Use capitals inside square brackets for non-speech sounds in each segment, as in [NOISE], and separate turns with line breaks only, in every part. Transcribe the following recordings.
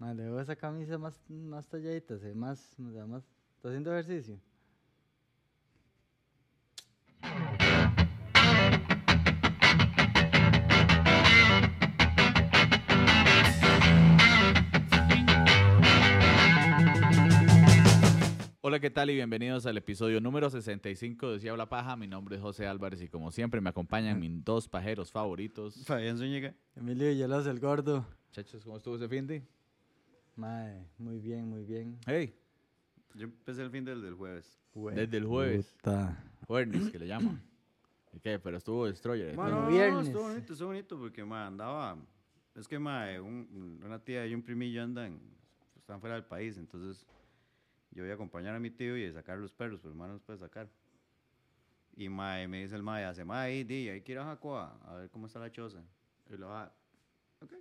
Más le veo esa camisa más, más talladita, se ve más, o sea, más. ¿Está haciendo ejercicio?
Hola, ¿qué tal? Y bienvenidos al episodio número 65 de Si Habla Paja. Mi nombre es José Álvarez y como siempre me acompañan mis dos pajeros favoritos.
Fabián Zúñiga.
Emilio Villalobos, el gordo.
Muchachos, ¿cómo estuvo ese fin de?
Madre, muy bien, muy bien.
Hey,
Yo empecé el fin del, del jueves.
Jue-
desde el jueves.
puta.
Jueves, que le llaman. ¿Y qué? Pero estuvo Destroyer.
Bueno,
no, no,
viernes.
estuvo bonito, estuvo bonito porque ma, andaba. Es que ma, eh, un- una tía y un primillo andan. Están fuera del país, entonces yo voy a acompañar a mi tío y a sacar los perros, pero el ma no los puede sacar. Y ma, eh, me dice el mae, hace mae, ahí, di, hay que ir a Jacoa a ver cómo está la choza. Y lo va. Ok.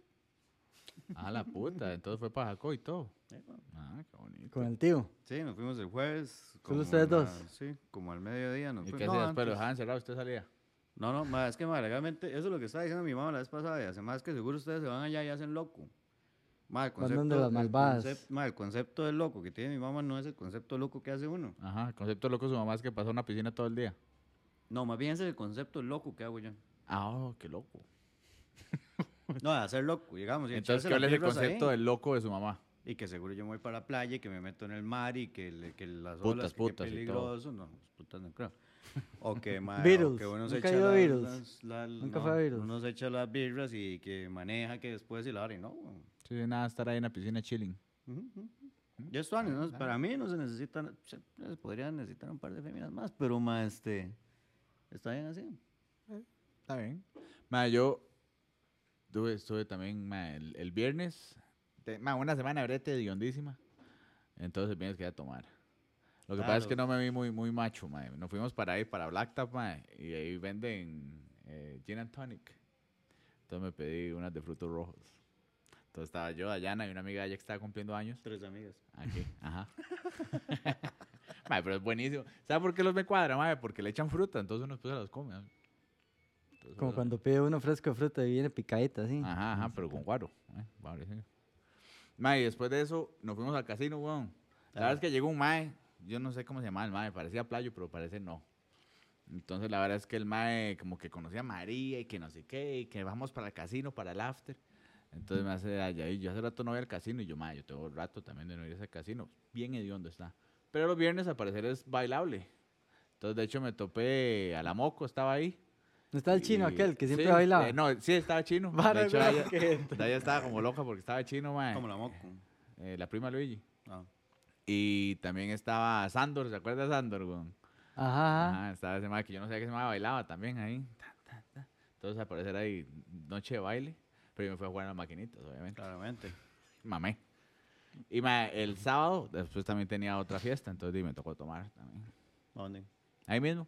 Ah, la puta. Entonces fue para Jaco y todo.
Eh, bueno.
Ah, qué bonito.
Con el tío.
Sí, nos fuimos el jueves.
¿Solo
como a
ustedes dos?
la- Sí, como al mediodía nos
¿Y
fuimos.
qué
No,
hacías? Pero
antes.
lo dejaban cerrado, usted salía.
No, no, ma, es que ma, realmente eso es lo que estaba diciendo mi mamá la vez pasada. Y hace más que seguro ustedes se van allá y hacen loco. Ma, el
Van donde las
el
malvadas.
concep- ma, el concepto de loco que tiene mi mamá no es el concepto loco que hace uno.
Ajá, el concepto loco de su mamá es que pasó en una piscina todo el día.
No, más bien ese es el concepto loco que hago yo.
Ah, oh, qué loco.
No, de hacer loco, digamos. y
Entonces,
echarse
¿qué
las
es el
birras ahí.
concepto del loco de su mamá?
Y que seguro yo me voy para la playa y que me meto en el mar y que, le- que las
Putas,
olas, que qué
putas y todo.
peligroso. No, las putas no creo. O que, ma, o
Beatles,
que uno se
nunca
echa
he ido a
las-
Beatles.
las- la-
Nunca
no,
fue a Beatles.
Uno se echa las birras y que maneja, que después y la hora y no, weón.
Sí, de nada, estar ahí en la piscina chilling.
Ujú, ujú. Ya es tuanis, ¿no? Para mí no se necesitan, se, se podrían necesitar un par de féminas más, pero más este, está bien así.
Está bien. Ma, yo tuve- estuve también ma, el, el viernes. te- ma, una semana de brete de hondísima. Entonces el viernes quería tomar. Lo que
Ah,
pasa es que
los-
no me vi muy, muy macho, ma. Nos fuimos para ahí, para Black Tap, ma, y ahí venden eh, gin and tonic. Entonces me pedí unas de frutos rojos. Entonces estaba yo, Dayana, y una amiga de ella que estaba cumpliendo años.
Tres amigas.
Aquí, ajá. [LAUGHS] Mae, pero es buenísimo. ¿Sabes por qué los me cuadra, mae? Porque le echan fruta, entonces uno después se los come. ¿no? Entonces,
Como
uno-
cuando pide uno fresco de fruta y viene picadita, así.
Ajá, ajá, pero con guaro. ¿eh? Guaro, sí. Mae, y después de eso nos fuimos al casino, weón. La verdad es que llegó un mae, yo no sé cómo se llamaba el mae, parecía playo, pero parece no. Entonces la verdad es que el mae como que conocía a María y que no sé qué, y que vamos para el casino, para el after. Entonces me hace allá y yo hace rato no voy al casino y yo, mae, yo tengo rato también de no ir a ese casino. Bien hediondo está. Pero los viernes al parecer es bailable. Entonces de hecho me topé a la moco, estaba ahí.
¿No está el chino
Y-
aquel que siempre
sí,
bailaba? [LAUGHS]
eh, no, sí, estaba chino.
Vara,
de hecho,
güey,
Daya,
que-
[LAUGHS] Daya estaba como loca porque estaba chino, mae.
Como la moco.
Eh, la prima Luigi.
Ah.
Y también estaba Sandor, ¿se acuerda de Sandor, weón?
Ajá. ajá.
Ajá, estaba ese mae que yo no sabía que ese mae bailaba también ahí. Ta, ta, ta. Entonces, al parecer ahí, noche de baile. Pero yo me fui a jugar a las maquinitas, obviamente.
Claramente.
Mamé. Y mae, el sábado, después también tenía otra fiesta, entonces di, me tocó tomar también.
¿A dónde?
Ahí mismo.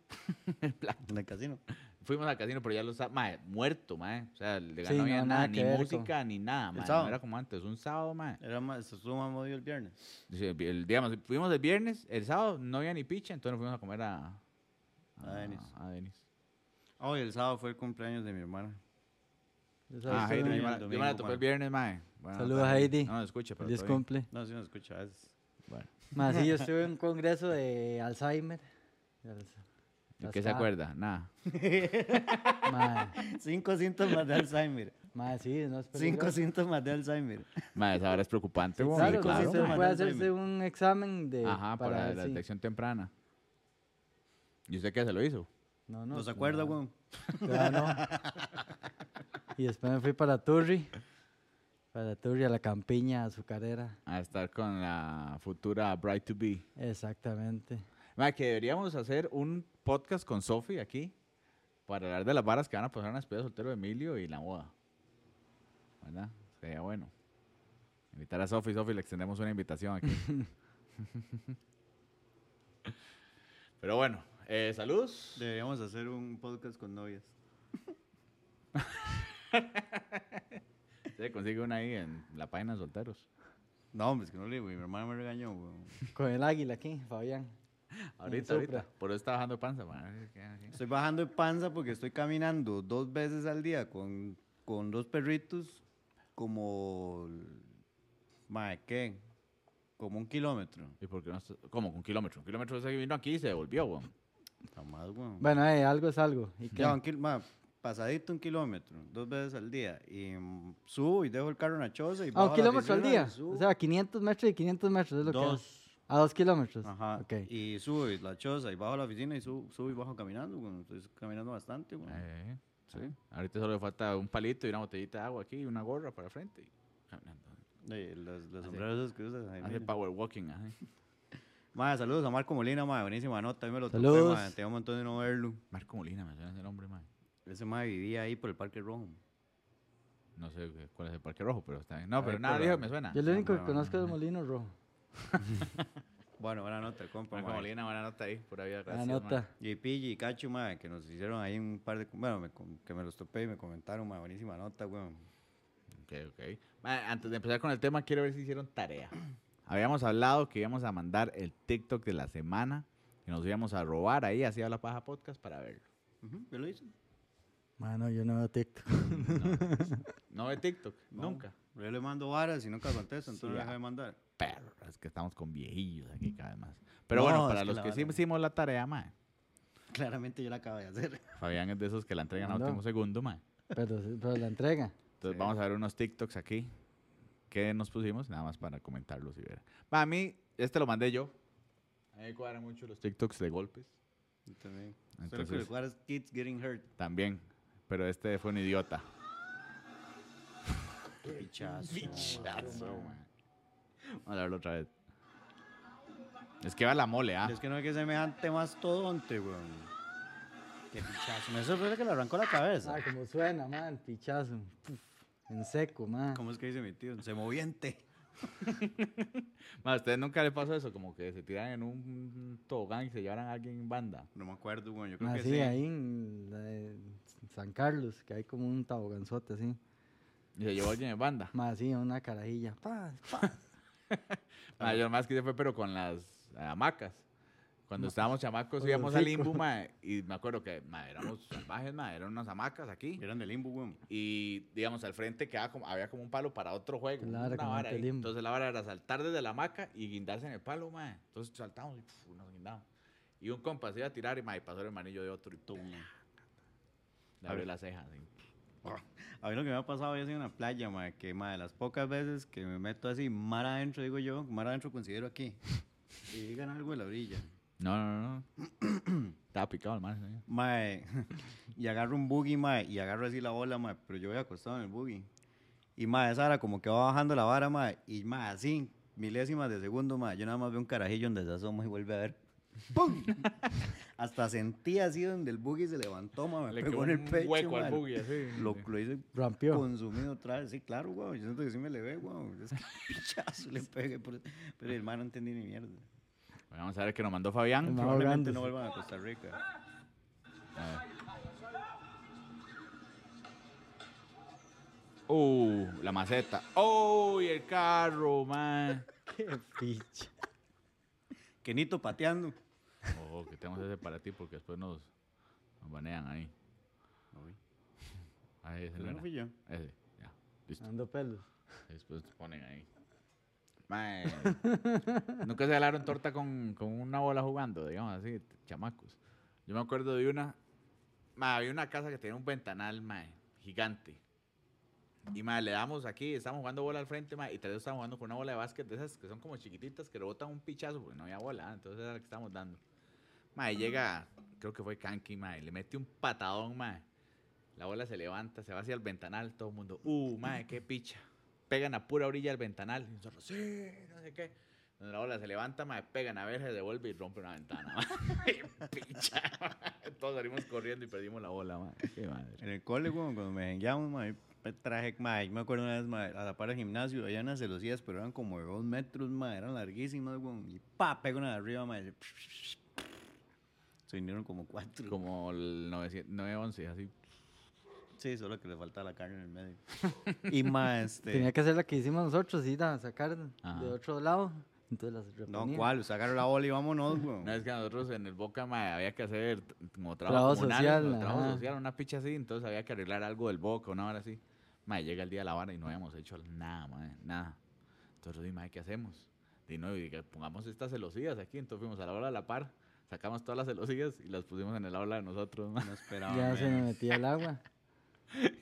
en plan,
En el casino.
Fuimos al casino, pero ya los mae, muerto, mae. O sea, de
Sí,
no había
no, nada
nada,
que
ni
ver con-
música, ni nada, mae. No
sábado.
era como antes, un sábado, mae.
Era más, se estuvo más movido el viernes.
Sí, el vi- el- digamos, fuimos el viernes, el sábado no había ni picha, entonces nos fuimos a comer a...
A Denis.
A Denis.
Ah, Hoy el sábado fue el cumpleaños de mi hermana.
Ya sabes,
Ah,
todo bien.
Heidi, yo,
el
me la- yo me la
domingo,
topé
bueno.
el viernes, mae. Bueno,
Saludos,
está bien.
Heidi.
No nos escucha, pero
Feliz
está bien.
cumple.
No, si no escucha, es
Bueno.
Más [LAUGHS] sí, yo estuve en un congreso de Alzheimer. De alza-
¿De qué se
Ajá.
acuerda? Nada.
Madre,
cinco síntomas de [LAUGHS] Alzheimer.
madre, sí, no es
cinco
peligroso.
síntomas de Alzheimer.
Mae, esa hora es preocupante, güey.
Claro,
Sí,
claro.
claro.
se puede
Alzheimer.
hacerse un examen de.
Ajá, para,
ver
la
si-
detección temprana. ¿Y usted qué se lo hizo?
No, no.
¿No se acuerda,
no,
weón?
claro,
[LAUGHS]
no. Y después me fui para Turri. Para Turri, a la campiña azucarera.
A estar con la futura Bright to Be.
Exactamente.
Mae, que deberíamos hacer un podcast con Sofi aquí para hablar de las varas que van a pasar en la despedida de soltero de Emilio y la boda. ¿Verdad? Sería bueno. Invitar a Sofi, Sofi, le extendemos una invitación aquí. Pero bueno, eh, saludos.
Deberíamos hacer un podcast con novias.
Se consigue una ahí en la página de solteros.
No, hombre, es que no le digo, mi hermana me regañó, weón.
Con el águila aquí, Fabián.
Ahorita, ahorita.
Supra.
Por eso está bajando panza. man.
Estoy bajando de panza porque estoy caminando dos veces al día con, con dos perritos como... Mae, ¿qué? Como un kilómetro.
¿Y por qué no? está- ¿Cómo? ¿Un kilómetro? Un kilómetro se vino aquí y se devolvió, weón.
Jamás, weón.
Bueno, eh, algo es algo. ¿Y qué?
Ya, un kil- mae, pasadito un kilómetro, dos veces al día. Y mm, subo y dejo el carro en la choza y
Ah,
bajo
un
la
kilómetro al
oficina y
día.
subo.
O sea, 500 metros y 500 metros es lo que.
dos.
A dos kilómetros.
Ajá.
Ok.
Y subo y la choza y bajo a la oficina y subo, subo y bajo caminando, weón. Estoy caminando bastante, weón.
Eh,
Sí.
Ahorita solo le falta un palito y una botellita de agua aquí y una gorra para el frente. y Caminando.
Eh, los, los
Hace-
sombreros esos que usas. ahí,
Hace
mira.
power walking, ajá.
Mae, saludos a Marco Molina, mae, buenísima nota, ahí me lo topé,
Saludos.
mae, tenía un montón de no verlo.
[LAUGHS] Marco Molina, me suena ese nombre, man.
Ese mae vivía ahí por el Parque Rojo.
No sé qué- cuál es el Parque Rojo, pero está bien. No,
Ahí
pero
por
nada,
la-
dijo, me suena.
Yo lo
Ah,
único que
bueno,
conozco es Molino Rojo.
Bueno, buena nota, compa,
Marco
mae.
Molina, buena nota ahí, por ahí.
La
gracias, man.
nota.
Y Pigi y Cacho, mae, que nos hicieron ahí un par de... Bueno, me com- que me los topé y me comentaron, mae, buenísima nota, weón.
Ok, ok. Ma, antes de empezar con el tema, quiero ver si hicieron tarea. [CLEARS THROAT] Habíamos hablado que íbamos a mandar el TikTok de la semana y nos íbamos a robar ahí, hacía la paja podcast para verlo.
Ujú, ¿Yo lo hice?
Mano, yo no veo TikTok. [LAUGHS]
No, no ve TikTok,
No,
nunca.
Yo le mando varas y nunca contesto,
Sí,
entonces no le
ah.
dejo de mandar.
Pero es que estamos con viejillos aquí cada vez más. Pero
No,
bueno,
es
para
que
los
la
que sí
vara-
hicimos la tarea, ma.
[LAUGHS] Claramente yo la acabo de hacer.
Fabián es de esos que la entregan a
No.
último segundo, ma.
Pero, pero la entrega.
Entonces
Sí.
vamos a ver unos TikToks aquí. ¿Qué nos pusimos? Nada más para comentarlos y ver. Ma, a mí, este lo mandé yo. A mí me cuadran mucho los TikToks de golpes.
Yo también. Solo que
Entonces,
el cuadro es Kids Getting Hurt.
También. Pero este fue un idiota.
Pichazo.
man. Vamos a verlo otra vez. Es que va la mole, ¿ah?
Es que no es que semejante mastodonte, weón. Qué pichazo. Eso fue lo que le arrancó la cabeza.
Ah, como suena, man, pichazo. Puf, en seco, man.
[LAUGHS] ¿Cómo es que dice mi tío? Se moviente.
Ma, ¿A ustedes nunca les pasó eso? Como que se tiran en un tobogán y se llevaran a alguien en banda.
No me acuerdo, weón. Yo creo
Así,
que sí.
Ah, ahí en la de San Carlos, que hay como un taboganzote así.
Y se llevó a alguien en banda.
Más así, una carajilla. Pa, pa. Ah.
Ma, yo lo más que hice fue, pero con las eh, hamacas. Cuando estábamos chamacos
Con
íbamos
los
al
ricos.
Imbu, ma, y me acuerdo que ma, éramos salvajes, ma, eran unas hamacas aquí.
Eran de limbo, weón.
y digamos al frente quedaba como, había como un palo para otro juego.
Claro,
una
como
vara
ante
ahí.
el limbo.
Entonces la vara era saltar desde la hamaca y guindarse en el palo, mae. Entonces saltamos y puf, nos guindamos. Y un compa se iba a tirar y mae, pasó el hermanillo de otro y tum, le abrió la ceja. así.
Ah, A mí lo que me ha pasado es en una playa, ma, que ma, de las pocas veces que me meto así, mar adentro, digo yo, mar adentro considero aquí. Y digan algo de la orilla.
No, no, no. no. Estaba picado el mae. ese día.
Mae, [LAUGHS] y agarro un buggy, mae, y agarro así la bola, mae, pero yo voy acostado en el buggy. Y mae, esa vara como que va bajando la vara, mae, y mae, así, milésimas de segundo, mae, yo nada más veo un carajillo donde se asoma y vuelve a ver. ¡Pum! [LAUGHS] Hasta sentí así donde el buggy se levantó, mae, me
Le
pegó
quedó
en el
un
pecho,
hueco al
mae.
buggy, así.
Lo, lo hice [LAUGHS]
Rampió.
consumido otra vez. Sí, claro, guau, yo siento que sí me le ve, guau. Es que [LAUGHS] pichazo le pegué. por- Pero el mae no entendí ni mierda.
Bueno, vamos a ver qué nos mandó
El
Fabián.
mae-
Probablemente
ahogándose.
no vuelvan a Costa Rica.
Uh, la maceta. Uy, el carro, mae.
Qué picha.
Kenito pateando.
Ojo, que tenemos ese para ti porque después nos, nos banean ahí. Ahí, ese no
Pero no
era.
fui yo. Ah.
Ese, ya, listo.
Ando pelos.
Después te ponen ahí. Mae, Nunca se jalaron torta con, con una bola jugando, digamos así, t- chamacos. Yo me acuerdo de una. mae, había una casa que tenía un ventanal, mae, gigante. Y mae, le damos aquí, estamos jugando bola al frente, mae, y tal vez estamos jugando con una bola de básquet de esas que son como chiquititas que rebotan un pichazo porque no había bola, ah, entonces era la que estábamos dando. Mae, llega, creo que fue Kanki, mae, le mete un patadón, mae. La bola se levanta, se va hacia el ventanal, todo el mundo, uh, mae, qué picha. Pegan a pura orilla del ventanal, y nosotros, sí, no sé qué. Cuando la bola se levanta, mae, pegan a ver, se devuelve y rompe una ventana, [LAUGHS] mae. picha. mae. Todos salimos corriendo y perdimos la bola, mae. Qué madre.
En el cole, weón, cuando me jengueamos, mae, me traje, mae, yo me acuerdo una vez, mae, a la par del gimnasio, había unas celosías, pero eran como de dos metros, mae, eran larguísimas, weón, y pa, pego una de arriba, mae, [LAUGHS] se vinieron como cuatro.
Como el 900 911, así.
Sí, solo que le faltaba la carne en el medio.
[LAUGHS]
y más, este...
Tenía que hacer la que hicimos nosotros, ir a sacar
Ajá.
de otro lado. Entonces las
No,
reponía.
¿cuál? Usted agarró la bola y vámonos, weón.
Una vez que nosotros en el Boca mae, había que hacer t- como trabajo,
Trabajo
comunal,
social,
como trabajo
ajá.
social, una picha así, entonces había que arreglar algo del Boca, una hora así. Mae, llega el día de la vara y no habíamos hecho nada, mae, nada. Entonces, dime, ¿qué hacemos? Y no, y que pongamos estas celosías aquí. Entonces fuimos a la hora de la par, sacamos todas las celosías y las pusimos en el aula de nosotros. ma.
No esperaba.
Ya se me
menos.
metía el agua.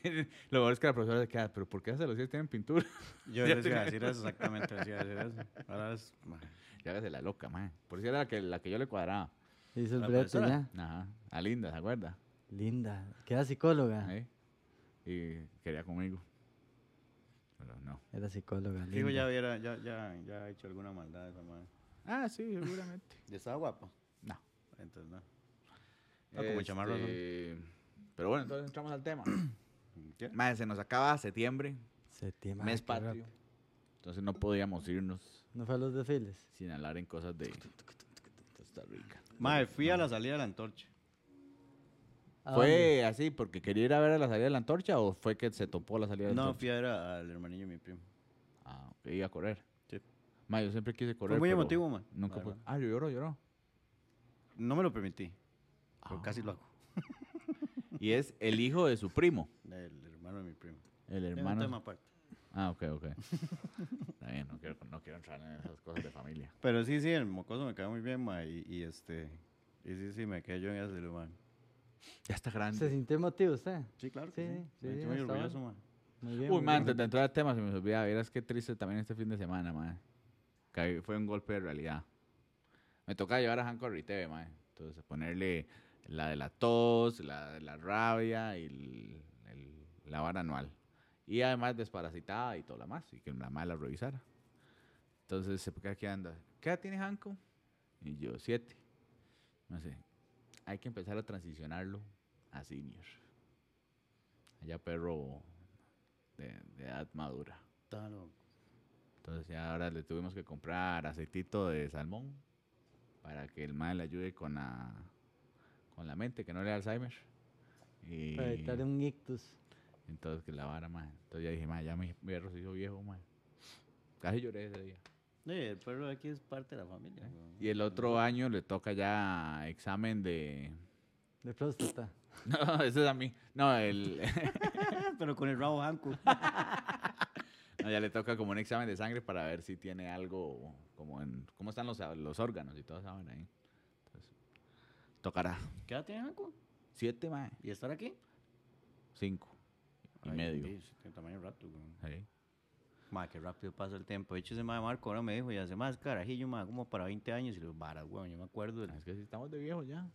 [LAUGHS] Lo peor es que la profesora se queda, ¿pero por qué las celosías tienen pintura? [LAUGHS]
Yo
Ya
les
te-
iba a decir eso, exactamente. Les iba a decir eso. Ahora es. ma,
Ya hágase la loca, mae. Por si era la que, la que yo le cuadraba.
Hizo el
La
brete
profesora.
Pues ya.
Ajá. A Linda, ¿se acuerda?
Linda. Queda psicóloga.
Ahí. Y quería conmigo. Pero no.
Era psicóloga.
Fijo,
linda.
ya hubiera ya, ya, ya ha hecho alguna maldad esa madre.
Ah, sí, [LAUGHS] seguramente.
¿Y estaba guapa?
No.
Entonces, no. No, como chamarro, ¿no?
Este, Pero bueno, entonces entramos al [COUGHS] tema.
¿Qué?
Mae, se nos acaba septiembre,
Septiembre.
mes
ah, qué
patrio.
rápido.
Entonces no podíamos irnos
¿No fue a los desfiles?
sin hablar en cosas de Costa Rica.
Madre, fui a la salida de la antorcha.
¿A dónde?
¿Fue así porque quería ir a ver a la salida de la antorcha o fue que se topó la salida de la
No,
antorcha?
fui a ver a- al hermanillo de mi primo.
Ah, ok, iba a correr.
Sí.
Ma, yo siempre quise correr.
muy
pero
emotivo, ma,
Nunca
la
fue.
verdad.
Ah, yo lloró, lloró.
No me lo permití, pero
Ah.
casi lo hago.
Y es el hijo de su primo,
El hermano de mi primo.
el
Es un
hermano.
tema aparte.
Ah, ok, ok. [LAUGHS] Está bien, no quiero, no quiero entrar en esas cosas de familia.
Pero sí, sí, el mocoso me cae muy bien, ma. Y, y este. Y sí, sí, me quedé yo en ese lugar.
Ya está
¿Se
grande.
sintió emotivo usted?
Sí, claro
que Sí, sí. sí, sí,
me sentí muy
hasta ahora.
orgulloso, ma.
Muy bien.
Uy,
muy
man,
bien.
antes de entrar al tema se me olvidaba. Vieras qué triste también este fin de semana, man. Caí- Fue un golpe de realidad. Me tocaba llevar a Hanco Riteve, man. Entonces, ponerle la de la tos, la de la rabia y el- el- la vara anual. Y además desparasitada y todo lo más. Y que la madre la revisara. Entonces, se queda aquí anda. ¿Qué edad tiene Hanco? Y yo, siete. No sé. Hay que empezar a transicionarlo a senior. Allá perro de, de edad madura.
Está loco.
Entonces ya ahora le tuvimos que comprar aceitito de salmón para que el mal le ayude con la, con la mente, que no le da Alzheimer. Y
Para evitar un ictus.
entonces que la vara, más Entonces ya dije, "Mae, ya mi perro se hizo viejo, mae". Casi lloré ese día.
Sí, el perro de aquí es parte de la familia. weón.
Y el otro año le toca ya examen de... [LAUGHS]
De próstata.
No, ese es a mí. No, el...
[LAUGHS] Pero con el rabo Hanco.
No, ya le toca como un examen de sangre para ver si tiene algo, como en cómo están los, los órganos y todo esa vara ahí. Entonces, tocará.
¿Qué edad tiene Hanco?
Siete, mae.
¿Y estar aquí?
Cinco. Y
Ay,
medio.
sí, sí, tiene tamaño rato, weón.
Sí.
Ma, qué rápido pasa el tiempo. De hecho, ese ma de Marco ahora me dijo, y hace más carajillo, ma, como para 20 años. Y los varas, weón, yo me acuerdo. del-
Es que sí estamos de viejos ya.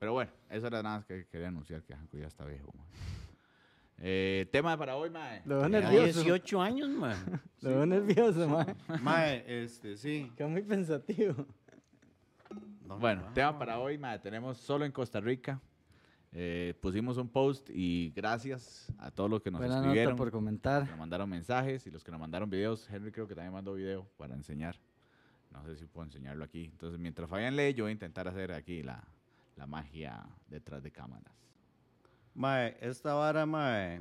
Pero bueno, eso era nada más que quería anunciar que Hanco ya está viejo, mae. Eh, tema para hoy, mae.
Lo veo
Tenía-
Tenía
nervioso.
18 años, ma.
Lo veo nervioso, man.
ma, este, sí.
Quedó muy pensativo.
No,
Bueno,
ma.
tema para hoy, mae, tenemos solo en Costa Rica. Eh, pusimos un post y gracias a todos los que nos
Buena nota
escribieron. Ah,
por
que nos
comentar.
mandaron mensajes y los que nos mandaron videos. Henry creo que también mandó video para enseñar. No sé si puedo enseñarlo aquí. Entonces, mientras Fabián lee, yo voy a intentar hacer aquí la, la magia detrás de cámaras.
Mae, esta vara, mae.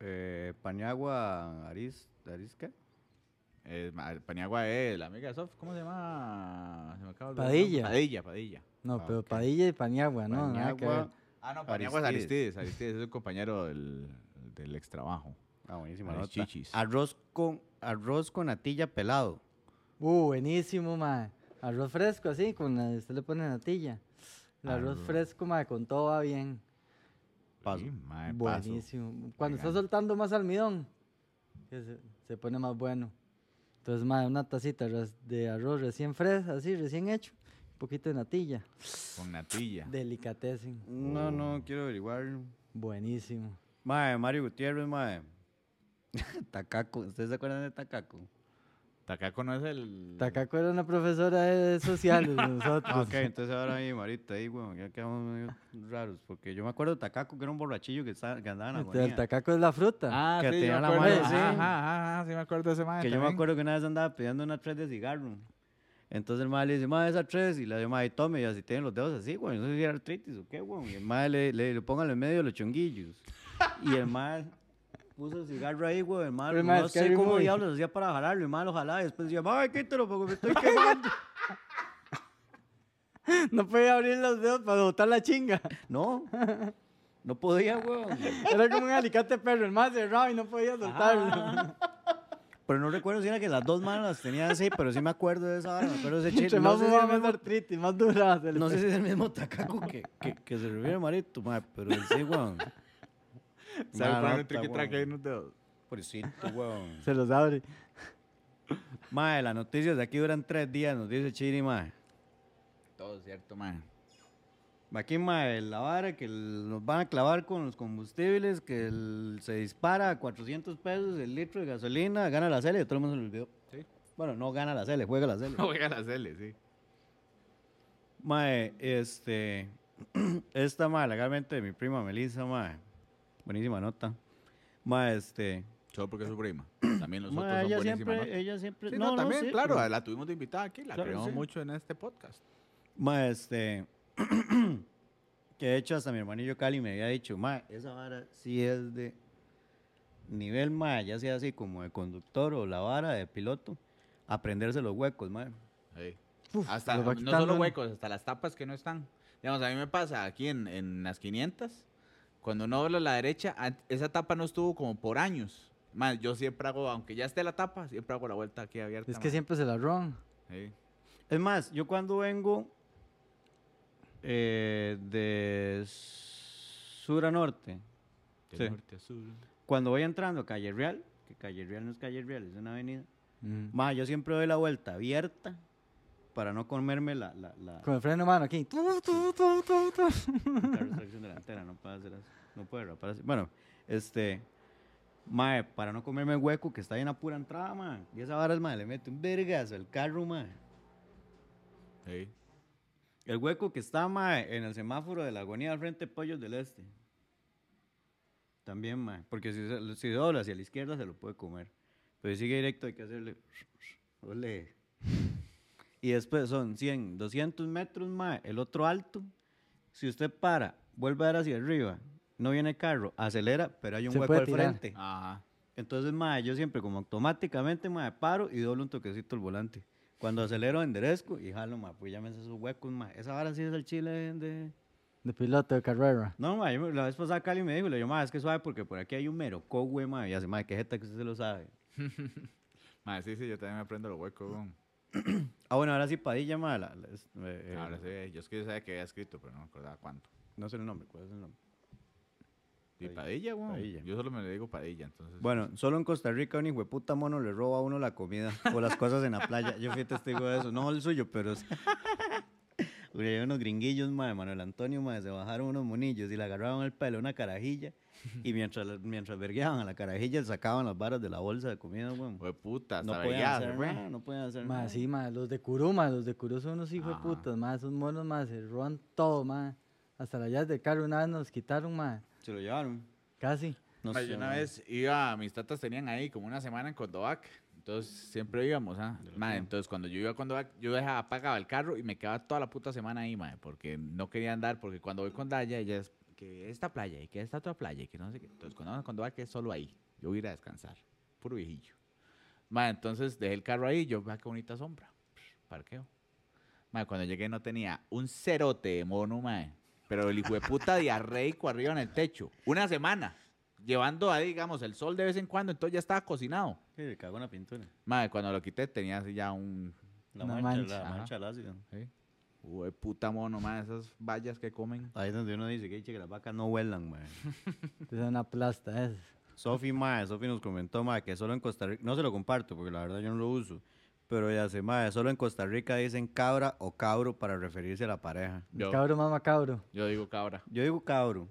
Eh, Paniagua Aris, Arisca.
Eh, ma- Paniagua es la amiga de Sof. ¿Cómo se llama? Se me acaba de olvidar el
Padilla.
nombre. Padilla, Padilla.
No,
Ah,
pero
ok.
Padilla y Paniagua, ¿no? Nada que ver.
Paniagua.
Ah, no, Paniagua
Paniagua es
es Aristides. Aristides es el compañero del, del extrabajo.
Ah, buenísima
Aris
nota.
Chichis.
Arroz con, arroz con natilla pelado.
Uh, buenísimo, ma. Arroz fresco, así, con la usted le pone natilla. El arroz
Arroz.
fresco, ma, con todo va bien.
Paso.
Sí, mae, paso.
Buenísimo. Cuando está
Oigan.
soltando más almidón, que se, se pone más bueno. Entonces, ma, una tacita de arroz- de arroz recién fresco, así, recién hecho. Un poquito de natilla.
Con natilla.
Delicatessen.
No, no, quiero averiguar.
Buenísimo.
Mae, Mario Gutiérrez, mae. Tacaco, ¿ustedes se acuerdan de Tacaco?
Tacaco no es el...
Takako era una profesora de
[LAUGHS]
sociales de nosotros. [LAUGHS]
Ah, ok, entonces ahora ahí, Marita, ahí, weón, ya quedamos medio raros. Porque yo me acuerdo de Tacaco, que era un borrachillo que, estaba, que andaba en
Entonces, el
agonía.
tacaco es la fruta.
Ah,
Que
sí, yo
tenía
me
la
acuerdo.
mano así.
Ajá, ajá, ajá, sí me acuerdo de ese mae
Que yo me
también.
acuerdo que una vez andaba pidiendo una tres de cigarro. Entonces el madre le dice, madre, esa tres. Y la dio, madre, tome. Y así tienen los dedos así, güey. No sé si era artritis o qué, güey. Y el madre le, le, le póngale en medio los chonguillos. Y el madre puso el cigarro ahí, güey. El madre,
Pero, mae,
no
Scary
sé cómo
Movie.
diablos hacía para jalarlo. El madre lo jalaba. Y después decía, madre, quítalo porque me estoy [LAUGHS] quemando.
[LAUGHS] No podía abrir los dedos para botar la chinga.
no, no podía, güey. Ah.
Era como un alicate perro, el más cerrado y no podía soltarlo.
Pero no recuerdo si era que las dos manos las tenía así, pero sí me acuerdo de esa vara, me
[LAUGHS]
acuerdo de ese
Entre
chile.
más
No sé si
fumaba,
era el
más
mismo-
artritis, más dura. se le
no sé
pega.
si es el mismo tacaco que, que, que se refiere Marito, ma, pero él sí, weón.
¿Sabe
Una
poner un
nota,
triqui
weón.
traque ahí en los dedos?
Pobrecito, weón.
Se los abre.
Mae, las noticias de aquí duran tres días, nos dice Chiri, mae.
Todo cierto, mae.
Aquí, mae, la vara que el- nos van a clavar con los combustibles, que el- se dispara a 400 pesos el litro de gasolina, gana la Cele, todo el mundo se lo olvidó.
Sí.
Bueno, no gana la Cele, juega la Cele.
Juega a la L, sí.
Mae, este. [CLEARS THROAT] Esta, mae, legalmente de mi prima Melissa, mae. Buenísima nota. Mae, este.
Solo porque es su prima. También los
mae,
otros
ella
son buenísimas
siempre, eh,
notas.
ella siempre.
Sí, no, también,
sí,
claro,
pero-
la tuvimos de invitada aquí, la
Claro,
creemos
sí.
mucho en este podcast.
Mae, este. [CLEARS THROAT] que de hecho, hasta mi hermanillo Cali me había dicho, mae, esa vara sí es de nivel, mae, ya sea así como de conductor o la vara de piloto, aprenderse los huecos, mae.
Ahí.
Uf,
hasta
los va
no
quitando,
solo huecos, hasta las tapas que no están. Digamos, a mí me pasa aquí en, en las 500, cuando no dobla la derecha, an- esa tapa no estuvo como por años. Más, yo siempre hago, aunque ya esté la tapa, siempre hago la vuelta aquí abierta.
Es que
ma.
siempre se la roban.
Sí.
Es más, yo cuando vengo eh, de sur a norte,
De
Sí.
norte a sur.
cuando voy entrando a Calle Real, que Calle Real no es Calle Real, es una avenida,
Mm.
más yo siempre doy la vuelta abierta para no comerme la, la, la,
Con el freno mano aquí. Tu, tu, tu, tu, tu.
la tracción delantera, no puede hacer así, no puede rapar así. Bueno, este, mae, para no comerme el hueco que está ahí en la pura entrada, mae, y esa vara, mae, le mete un vergazo al carro, mae.
Sí.
El hueco que está, mae, en el semáforo de la agonía al frente de Pollos del Este. También, mae. Porque si, se- si dobla hacia la izquierda se lo puede comer. Pero si sigue directo hay que hacerle... Ole. Y después son 100, 200 metros, mae. El otro alto. Si usted para, vuelve a dar hacia arriba. No viene carro, acelera, pero hay un
Se
hueco
puede
al
tirar.
frente.
Ajá.
Entonces, mae, yo siempre como automáticamente, mae, paro y doblo un toquecito el volante. Cuando acelero, enderezco y jalo, mae, pues ya me hace esos huecos, mae. Esa vara sí es el chile de... de-
De piloto de carrera.
No, mae, yo me- la vez pasada Cali me dijo, le digo, mae, es que suave porque por aquí hay un mero cogüe, mae. Y hace, mae, qué jeta que usted se lo sabe.
Ma, sí, sí, yo también me aprendo los huecos. weón.
Ah, bueno, ahora sí, Padilla, mae. la- la- es- eh,
Ahora sí, yo es que yo sabía que había escrito, pero no me acordaba cuánto.
No sé el nombre, ¿cuál es el nombre?
Y
Padilla.
Padilla, weón.
Padilla.
Yo solo me le digo Padilla, entonces.
Bueno, solo en Costa Rica un hijo de puta mono le roba a uno la comida o las cosas en la playa. Yo fui testigo de eso. No el suyo, pero sí. [LAUGHS] Uy, hay unos gringuillos, madre, Manuel Antonio, madre, se bajaron unos monillos y le agarraban el pelo a una carajilla y mientras, la- mientras vergueaban a la carajilla le sacaban las varas de la bolsa de comida, weón.
Fue puta,
No
hasta
podían
vergueadas,
hacer
weón.
nada, no podían hacer
Ma,
nada.
sí, ma, los de Curú, ma, los de Curú son unos hijos de
Ah.
Ajá.
putas, ma, esos monos, ma, se roban todo, ma. Hasta las llaves de carro una vez nos quitaron, ma,
Se lo llevaron.
casi.
No
Ma,
sé,
yo una
madre.
vez iba, mis tatas tenían ahí como una semana en Condovac, entonces siempre íbamos, ¿ah? Ma, entonces cuando yo iba a Condovac, yo dejaba, apagaba el carro y me quedaba toda la puta semana ahí, madre, porque no quería andar, porque cuando voy con Daya, ella es que esta playa y que esta otra playa y que no sé qué. Entonces cuando vamos a Condovac es solo ahí, yo voy a ir a descansar, puro viejillo. Ma, entonces dejé el carro ahí, yo, vea qué bonita sombra, psh, parqueo. Ma, cuando llegué no tenía un cerote de mono, mae. Pero el hijo de puta diarreico arriba en el techo. Una semana. Llevando ahí, digamos, el sol de vez en cuando, entonces ya estaba cocinado.
Sí, le cagó una pintura.
Mae, cuando lo quité tenía así ya un...
La
Una
mancha,
mancha,
la
ajá.
mancha al ácido.
¿sí? Hijo de puta mono, mae, esas vallas que comen.
Ahí es donde uno dice que, che, que las vacas no vuelan, madre.
Es una plasta, es.
Sofi Mae, Sofi nos comentó Mae que solo en Costa Rica, no se lo comparto porque la verdad yo no lo uso, pero ya sé Mae, solo en Costa Rica dicen cabra o cabro para referirse a la pareja.
El
Yo,
cabro más macabro.
yo digo cabra,
Yo digo cabro.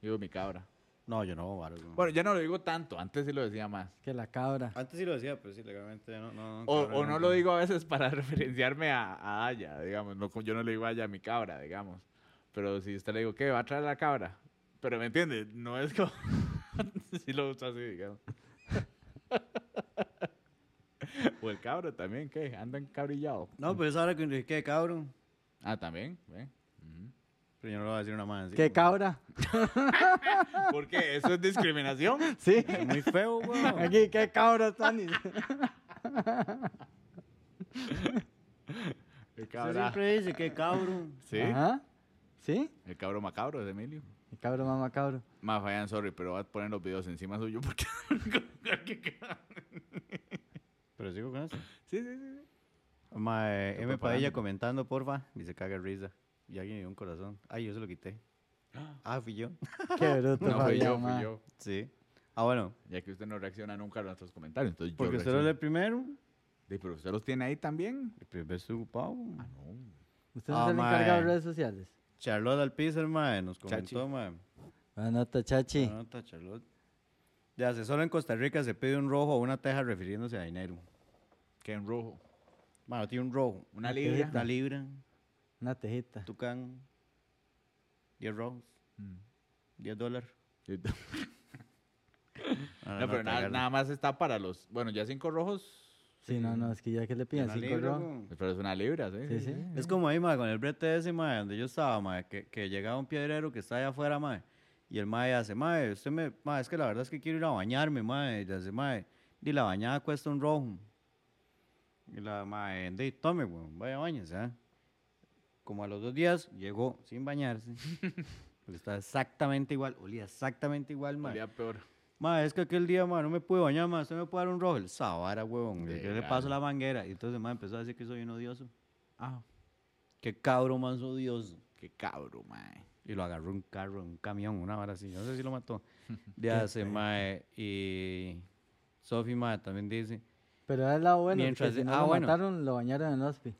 digo mi cabra.
No, yo no, varo, no.
Bueno, ya no lo digo tanto, antes sí lo decía más.
Que la cabra.
Antes sí lo decía, pero sí, legalmente no. no,
O,
cabra
o no
nunca.
lo digo a veces para [LAUGHS] referenciarme a, a Aya, digamos. No, como yo no le digo a Aya a mi cabra, digamos. Pero si usted le digo, ¿qué? ¿Va a traer la cabra? Pero me entiende, no es como. [LAUGHS] si lo uso así, digamos. [LAUGHS] o el cabro también, ¿qué? Andan cabrillado.
No, pero es ahora que dije, ¿qué cabro?
Ah, también, ¿eh? Ujú.
Pero yo no lo voy a decir una madre. así,
¿Qué
porque
cabra?
¿Por qué? ¿Eso es discriminación? [LAUGHS]
Sí.
Es muy feo, weón.
Aquí, ¿qué cabra, Tani?
El
Usted
cabra.
siempre dice, ¿qué
[LAUGHS]
cabro?
Sí,
Ajá. ¿Sí?
el cabro macabro es Emilio.
El cabro más macabro.
Más [LAUGHS] fallan, sorry, pero voy a poner los videos encima suyo porque.
Pero sigo con eso.
Sí, sí, sí. sí.
Mae,
Estoy
M. Padilla
preparando.
comentando, porfa. Y se caga de risa. Y alguien dio un corazón. Ay, yo se lo
[GASPS]
quité. Ah, fui yo. [LAUGHS]
Qué bruto,
No, fui
Fabián,
yo,
ma.
fui yo.
Sí. Ah, bueno.
Ya que usted no reacciona nunca a nuestros comentarios. Entonces
Porque
yo
usted lo
reacciono.
lee primero.
Sí, pero usted los tiene ahí también.
El primer ocupado.
Ah, no.
Usted no
Ah,
se le encarga de
mae.
redes sociales.
Charlotte Alpizar, mae, nos
Chachi.
comentó, mae.
Anota, chachi.
Buena nota, Charlotte. De asesor en Costa Rica se pide un rojo o una teja refiriéndose a dinero.
Que en rojo.
Bueno, tiene un rojo.
Una libra.
Una libra,
Una tejita.
tucán, 10 rojos,
Mm.
10 dólares. Ah,
Yo- No, pero nada, nada más está para los. Bueno, ya cinco rojos.
Sí, no, no, es que ya que le piden cinco ron.
Pero es una libra, ¿sí?
Sí, sí.
Es como ahí, mae, con el brete ese, mae, donde yo estaba, mae, que, que llegaba un piedrero que está allá afuera, mae, y el mae hace, mae, usted me, mae, es que la verdad es que quiero ir a bañarme, mae, y le hace, mae, y la bañada cuesta un rojo. Y la mae, de, tome, weón, vaya, bañese, ¿ah? Como a los dos días, llegó sin bañarse. Porque estaba exactamente igual, olía exactamente igual, mae.
Olía peor.
Ma, es que aquel día, ma, no me pude bañar, ma, usted me puede dar un rojo. El sabara, huevón.
De
Yo le
gano.
paso la manguera. Y entonces, ma, empezó a decir que soy un odioso.
Ah,
Qué cabro más odioso.
qué cabro, mae.
Y lo agarró un carro, un camión, una vara así. No sé si lo
[LAUGHS]
mató. De hace, ma, eh, y Sofi, ma, también dice.
Pero es la buena.
Mientras-
Mientras, si no
ah,
lo
bueno.
mataron, lo bañaron en el hospi.
¿Eh?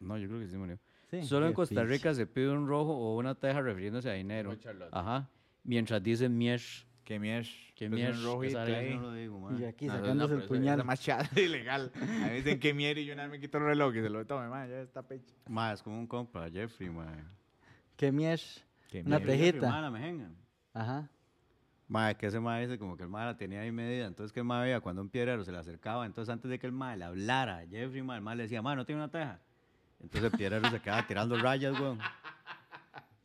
No, yo creo que sí murió.
Sí,
Solo en
qué
Costa
piche.
Rica se pide un rojo o una teja refiriéndose a dinero.
Charlotte.
Ajá. Mientras dice miesh.
Qué mier.
Que
pues,
miesh.
en rojo y
esa vara
qué-
yo no lo digo, ma.
Y aquí
No, eso- no,
sacándose
pero
el
eso-
puñal.
Eso es machada [LAUGHS] ilegal. A mí me dicen que mier y yo nada más me quito el reloj y se lo tome, mae. Ya está pecho.
Ma, es como un compa, Jeffrey, ma.
Qué miesh. Una
Jeffrey,
tejita.
ma, la mejenga.
Ajá.
Mae, que ese mae dice como que el mae la tenía ahí medida. Entonces, que el mae veía cuando un piedrero se le acercaba. Entonces, antes de que el mae le hablara, a Jeffrey, mae, el mae le decía, mae, no tiene una teja. Entonces, el piedrero se quedaba tirando rayas, weón.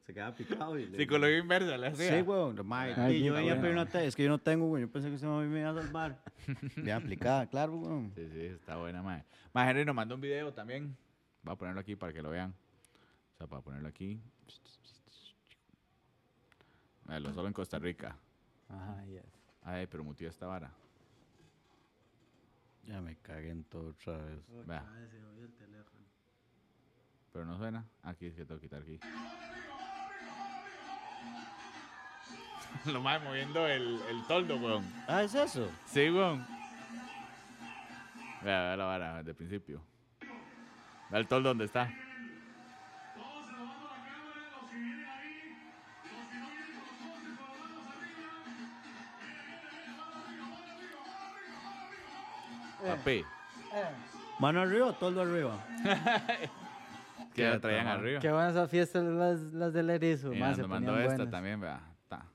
Se quedaba picado. Y le-
Psicología inversa, le hacía.
Sí, weón. el Mae,
Ay,
"Sí, yo
qué
venía a pedir
bueno.
una teja. Es que yo no tengo, weón. Yo pensé que usted mami me iba a salvar. Bien aplicada, claro, weón.
Sí, sí, está buena, mae. Mae, Henry nos mandó un video también. Voy a ponerlo aquí para que lo vean. O sea, para ponerlo aquí. Mae, lo solo en Costa Rica.
Ajá, yes.
Ay, pero mutió esta vara.
Ya me cagué en todo otra vez.
Vea. Pero no suena. Aquí es que tengo que quitar aquí. [LAUGHS] Lo más moviendo el, el toldo, weón.
Ah, ¿es eso?
Sí, weón. Vea, vea la vara desde el principio. Vea el toldo donde está. Papi,
¿Mano arriba o toldo arriba?
que ya la
Qué
traían
tamaño.
arriba.
Qué buenas esas fiestas las, las del erizo.
Mira,
más se
nos mandó
ponían
esta
buenas.
también, vea. Ta.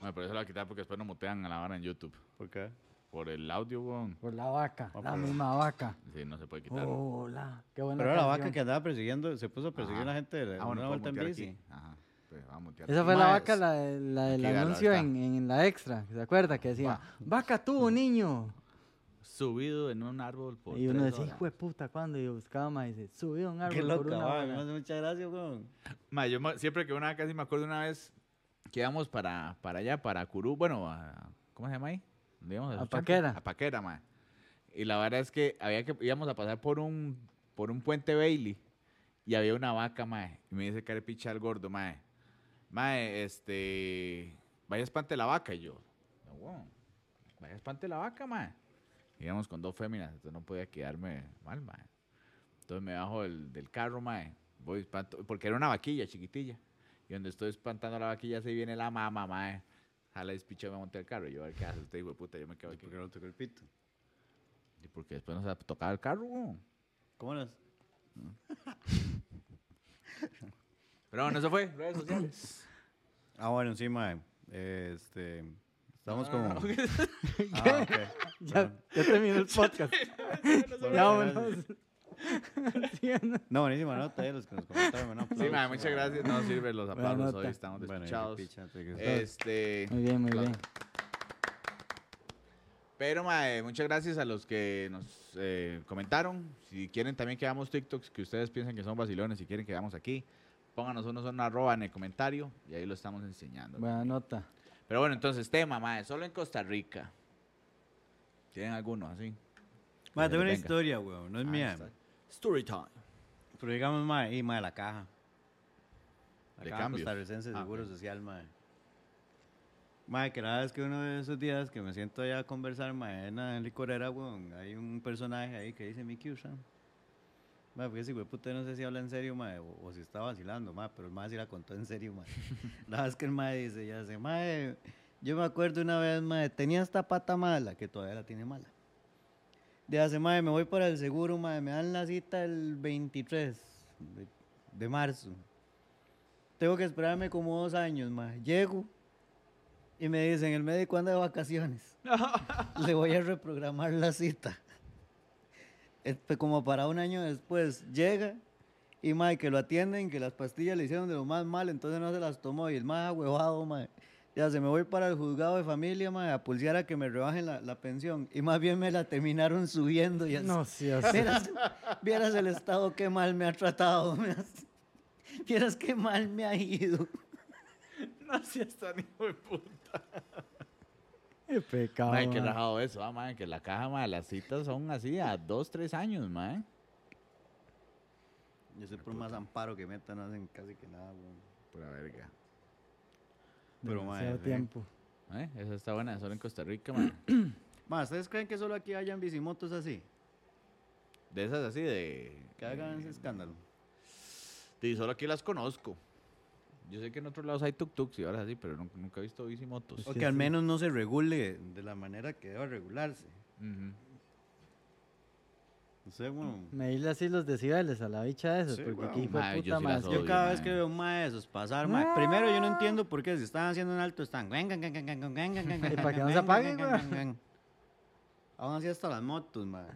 Bueno, pero eso lo voy a quitar porque después nos mutean a la vara en YouTube.
¿Por qué?
Por el audio, weón.
Por la vaca,
Ah,
la
pero-
misma vaca.
Sí, no se puede quitar.
Hola. Qué buena
Pero era la vaca
canción.
que andaba persiguiendo, se puso a perseguir
Ajá.
a la gente de
Ah,
una
bueno,
vuelta en bici.
Ajá. Pues vamos a mutear.
Esa fue la
Mae,
vaca, la, de- la del
aquí, vea, la
anuncio
verdad.
en, en la extra, ¿se acuerda? Que decía, vaca tuvo niño.
Subido en un árbol por
y uno
tres
decía,
horas.
hijo de puta, ¿cuándo? Y yo buscaba más y dice, subió un árbol
Qué
por
loca,
una
va,
hora".
me hace mucha gracia, weón.
Ma, yo me- siempre que una casi me acuerdo una vez que íbamos para, para allá, para Curú, bueno, a- ¿cómo se llama ahí? ¿Dónde íbamos?
A
los chanchos?
Paquera.
A Paquera, ma. Y la verdad es que había que íbamos a pasar por un por un puente Bailey y había una vaca, ma. Y me dice carepicha al gordo, ma. Ma, este, vaya espante la vaca y yo. "No, weón, Vaya espante la vaca, ma. Íbamos con dos féminas, entonces no podía quedarme mal, ma. Entonces me bajo del, del carro, mae. Voy espanto, porque era una vaquilla chiquitilla. Y donde estoy espantando a la vaquilla, se viene la mamá, mae. Jala despicho, me monté el carro. Y yo, a ver qué hace usted, hijo de puta, yo me quedo aquí.
Porque no tocó el pito.
Y porque después nos tocaba el carro, weón.
¿Cómo las?
Pero bueno, eso fue, redes sociales.
Ah, bueno, sí, mae. eh, Este. Estamos
No, no, no,
como.
no,
[LAUGHS] Ah,
[LAUGHS]
ok.
Ya, ya terminó el podcast. ya
Bueno,
vámonos. [LAUGHS] Sí, no.
No, buenísima nota, eh, los que nos comentaron. bueno,
Sí,
aplausos,
mae, muchas gracias. No sirve los
Ah. Buena
aplausos hoy,
nota.
estamos
Bueno, y
despichados.
picha, te-
Este.
Muy bien, muy
claro.
bien.
Pero, mae, muchas gracias a los que nos eh, comentaron. Si quieren también que hagamos TikToks que ustedes piensan que son vacilones, si quieren que hagamos aquí, pónganos unos una arroba en el comentario y ahí lo estamos enseñando.
Buena nota.
Pero bueno, entonces, tema, mae, solo en Costa Rica. Tienen algunos así.
Mae, tengo una
Venga.
historia, weón. No es
Ah,
mía.
está. Story time.
Pero digamos, mae, y mae, la caja. La
De
caja
cambios.
costarricense de
Ah,
Seguro Social, mae. Mae, que cada vez que uno de esos días que me siento allá a conversar, mae, en la licorera, weón, hay un personaje ahí que dice Mickey Usan. Mae, porque ese puta no sé si habla en serio, mae, o, o si está vacilando, mae, pero el mae sí la contó en serio, mae. la vez que el mae dice, ya sé, mae, yo me acuerdo una vez, mae, tenía esta pata mala, que todavía la tiene mala. De hace, mae, me voy para el seguro, mae, me dan la cita el 23 de, de marzo. Tengo que esperarme como dos años, mae. Llego y me dicen, el médico anda de vacaciones. Le voy a reprogramar la cita. Este, como para un año después, llega y, mae, que lo atienden, que las pastillas le hicieron de lo más mal, entonces no se las tomó y el más huevado, mae. Ya se me voy para el juzgado de familia, mae, a pulsear a que me rebajen la, la pensión. Y más bien me la terminaron subiendo y así.
No, sí, así.
Vieras, vieras el estado que mal me ha tratado. [LAUGHS] Vieras, vieras qué mal me ha ido.
[LAUGHS] No seas tan hijo de puta.
Qué pecado.
Mae, qué
mae.
rajado eso, ah, mae, que la caja, mae, las citas son así a dos, tres años, mae.
Yo soy por más amparo que meta, no hacen casi que nada, weón.
Pura verga.
Pero, mae,
Demasiado
sí.
tiempo.
Eh, Esa está buena, solo en Costa Rica, mae.
Más, ¿ustedes creen que solo aquí hayan bicimotos así?
De esas así de...
Que hagan ese
eh,
escándalo.
Sí, solo aquí las conozco. Yo sé que en otros lados hay tuk-tuks y ahora sí, pero nun- nunca he visto bicimotos.
O
Sí,
que al
sí.
menos no se regule de la manera que debe regularse.
Ujú.
No sé, weón.
Medirle así los decibeles a la bicha esa,
Sí,
porque
weón.
aquí fue
Mae, yo
puta
sí
mae,
las
Yo
Obvio,
cada vez
mae.
que veo un mae de esos pasar, mae. Primero, yo no entiendo por qué si estaban haciendo un alto están. "Wen, gan, gan, gan, gan, gan, gan, gan, gan,
Y
gan,
para que no
gan,
se
gan,
apague,
gan,
weón.
gan, gan". Aún así hasta las motos, mae.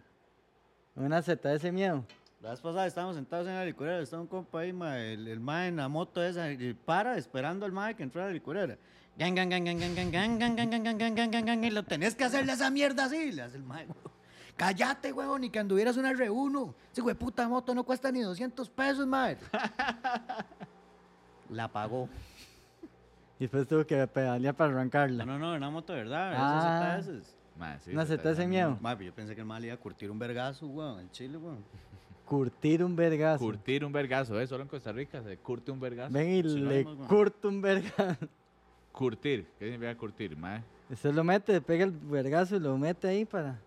Una Z de ese miedo.
La vez pasada estábamos sentados en la licorera, estaba un compa ahí, ma, el, el mae en la moto esa, y para esperando al mae que entrara a la licorera. Gan, gan, gan, gan, gan, gan, gan, gan, gan, gan, gan, gan, gan, gan, gan, y lo tenés que hacerle a esa mierda así, le hace el mae. huevón. Cállate, huevón, ni que anduvieras una R1. Ese hueputa moto no cuesta ni 200 pesos,
[LAUGHS]
mae. La pagó.
Y después tuvo que pedalear para arrancarla.
No, no, no, una moto, de ¿verdad?
Ah.
Esas ZS.
Mae, sí,
Una
esa
zeta de ese miedo.
Mae, pero yo pensé que el mae le iba a curtir un vergazo, huevón, en Chile, huevón.
Curtir un vergazo.
Curtir un vergazo, eh, solo en Costa Rica se curte un vergazo.
Ven y
Si no,
le
vamos, mae.
curto un vergazo. [LAUGHS]
Curtir, ¿qué significa curtir, mae?
Usted lo mete, pega el vergazo y lo mete ahí para.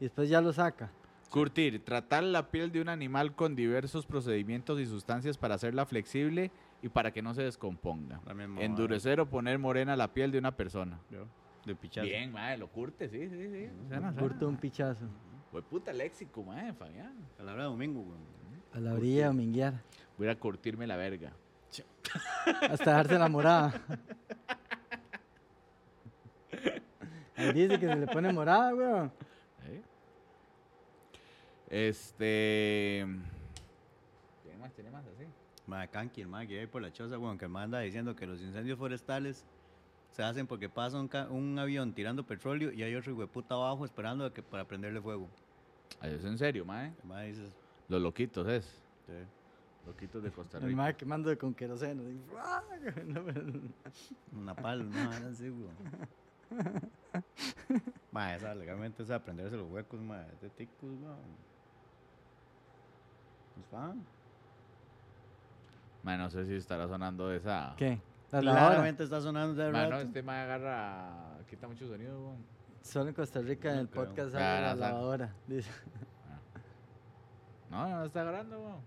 Y después ya lo saca.
Curtir, tratar la piel de un animal con diversos procedimientos y sustancias para hacerla flexible y para que no se descomponga.
La misma vara.
Endurecer o poner morena la piel de una persona.
De pichazo.
Bien, mae, lo curte, sí, sí, sí. Suena,
Curto un
suena.
pichazo.
Fue puta léxico, mae, Fabián.
A la hora de domingo, huevón.
A la orilla de dominguear.
Voy a ir a curtirme la verga.
Hasta dejarse la
[LAUGHS]
morada. Ahí dice que se le pone morada, weón.
¿Eh? Este. Tiene más, tiene más así.
Mae, Kanki, el mae que vive por la choza, weón, que manda diciendo que los incendios forestales se hacen porque pasa un, ca- un avión tirando petróleo y hay otro hueputa abajo esperando a que, para prenderle fuego.
Ay, eso es en serio, mae.
El mae dice,
Los loquitos es. Loquitos [LAUGHS] de Costa
El
Rica.
mae quemando con queroseno. [LAUGHS] así, ¡fua! No, pero-
una pala, una vara así, weón. mae, esa legalmente es aprenderse los huecos, mae, de ticos, weón. Pues, fan.
Mae, no sé si estará sonando de esa.
¿Qué? La lavadora.
Claramente está sonando de
Pues Mae, no,
rato.
este mae agarra. Quita mucho sonido, weón.
Solo en Costa Rica en
No
el
creo.
podcast
Ah,
sale la
la saca.
lavadora. Dice.
No, no está agarrando, weón.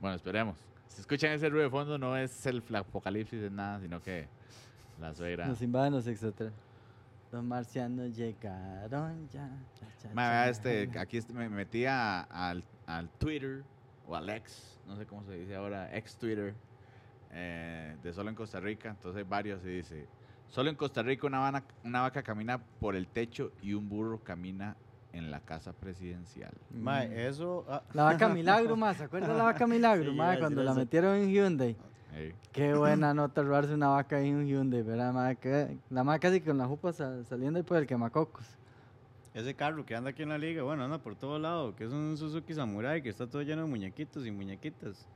Bueno, esperemos. Si escuchan ese ruido de fondo, no es el apocalipsis, es nada, sino que la suegra.
Nos invaden los extraterrestres. Los marcianos llegaron ya. cha, cha,
Ma, vea,
cha.
este, aquí est- me metí a- al, al Twitter o al ex, no sé cómo se dice ahora, ex Twitter, eh, de Solo en Costa Rica. Entonces varios y dice, Solo en Costa Rica una, vana- una vaca camina por el techo y un burro camina en la casa presidencial. mm.
Mae, eso... ah,
La vaca Milagro, más. ¿Se acuerdan de la vaca Milagro,
Sí,
ma?
iba a
Cuando
decir
la
eso.
metieron en Hyundai.
Ey.
Qué buena nota robarse una vaca ahí en un Hyundai, ¿verdad, ma? Que- La ma casi con la jupa sa- saliendo ahí por el quemacocos.
Ese carro que anda aquí en la liga, bueno, anda por todo lado, que es un Suzuki Samurai que está todo lleno de muñequitos y muñequitas.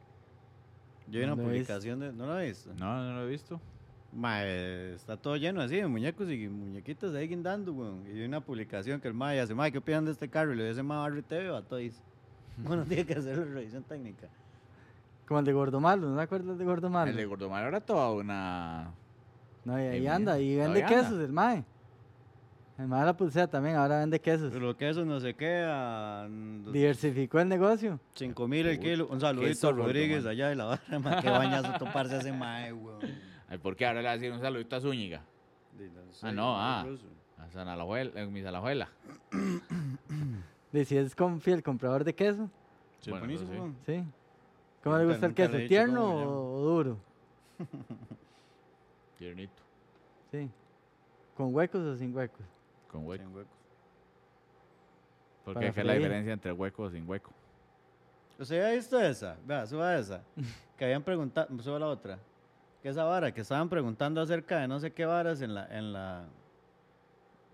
Yo vi
No lo
una
he
publicación de. ¿No lo has visto?
No, no lo he visto.
Mae, eh, está todo lleno así de muñecos y muñequitas ahí guindando, weón. Y hay una publicación que el mae hace, mae, ¿qué opinan de este carro? Y le dice, mae, barrio TV o a Toys. [LAUGHS] Bueno, tiene que hacer la revisión técnica.
Como el de Gordomalo, ¿no te acuerdas de Gordomalo?
El de Gordomar era toda una.
No, y
Qué
ahí
mierda.
anda, y vende
Todavía anda.
quesos el mae. El mae la pulsea también, ahora vende quesos.
Pero que eso no se queda. mm, dos-
Diversificó el negocio.
Cinco mil el
Uy,
kilo. Un saludito a
sabor,
Rodríguez
man.
allá de la barra, mae. Qué bañazo toparse hace mae, weón.
Ay, ¿Por qué ahora le hacen un saludito a Zúñiga?
De la-
Ah, no, ah. A San Alajuela, eh, mis Alajuela.
De si es con fiel comprador de queso,
Sí,
Bueno,
buenísimo,
eso sí.
weón.
¿sí? ¿Cómo le
Nunca-
gusta el
nunca le he
queso?
dicho
¿Tierno
cómo me llamo.
o duro?
Tiernito.
Sí. ¿Con huecos o sin huecos?
Con hueco.
Sin huecos.
Porque
para
es la
freír.
diferencia entre hueco o sin hueco.
¿Usted ha visto esa? Vea, suba esa.
[LAUGHS]
Que habían preguntado, suba la otra. Que esa vara, que estaban preguntando acerca de no sé qué varas en la, en la...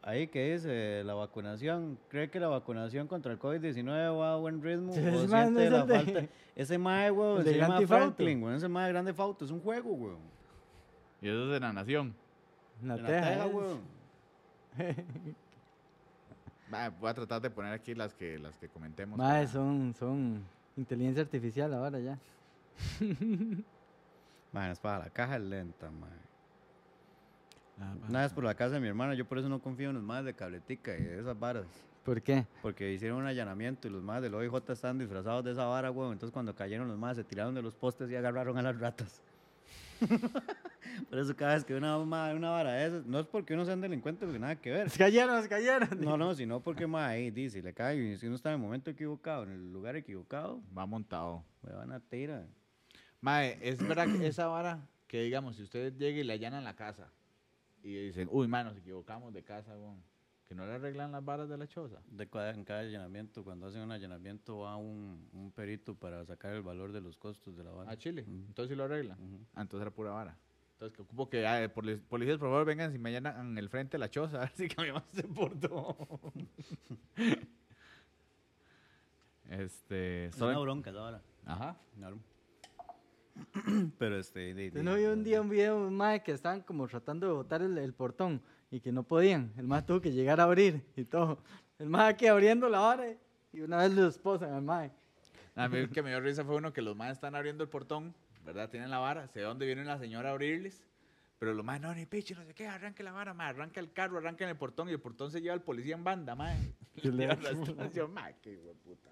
Ahí que dice, la vacunación, ¿cree que la vacunación contra el COVID-19 va a buen ritmo?
Sí, [LAUGHS]
o
ese mae no
siente
es
la
el de-
falta?
[LAUGHS]
Ese mae, weón,
el de
se llama
Grand Theft Auto.
Franklin, weón, ese mae de grande fauto, es un juego, weón.
Y eso es de la nación.
En la
En
teja,
teja,
es-
weón.
Va, voy a tratar de poner aquí las que, las que comentemos.
Mae,
para-
son, son inteligencia artificial ahora ya.
Mae, es para la caja es lenta, mae. Una vez por la casa de mi hermana, yo por eso no confío en los maes de cabletica y de esas varas.
¿Por qué?
Porque hicieron un allanamiento y los más del OIJ estaban disfrazados de esa vara, huevón. Entonces cuando cayeron los más se tiraron de los postes y agarraron a las ratas. [LAUGHS] Por eso cada vez que una, ma- una vara de esas, no es porque uno sean delincuentes, porque nada que ver.
Se cayeron, se cayeron.
No, no, sino porque más ahí dice, le cae, y si uno está en el momento equivocado, en el lugar equivocado,
Va montado.
me van a tirar.
Mae, es verdad que esa vara que digamos, si ustedes llegan y le allanan la casa y dicen, uy, mae, nos equivocamos de casa, weón. Que no le arreglan las varas de la choza.
De cada, en cada allanamiento, cuando hacen un allanamiento va un, un perito para sacar el valor de los costos de la vara.
A Chile. Entonces sí lo arreglan. Ah, entonces era pura vara. Entonces que ocupo que ah, poli- policías, por favor, vengan si me allanan el frente de la choza, [LAUGHS] a ver si cambiamos ese portón. este.
Es
solo-
una bronca esa vara.
Ajá.
[CLEARS THROAT]
claro. Pero este... de- de-
Yo no vi un día un video, un mae, que estaban como tratando de botar el, el portón y que no podían. El mae tuvo que llegar a abrir y todo. El mae aquí abriendo la hora y una vez lo esposan al mae.
A mí el que me dio risa fue uno que los más están abriendo el portón, ¿verdad? Tienen la vara, sé dónde viene la señora a abrirles, pero los más no, ni piche, no sé qué, arranque la vara, más, arranca el carro, arranca el portón y el portón se lleva al policía en banda, más. [LAUGHS]
Que le-
Le lleva a la estación, ma, qué hueputa.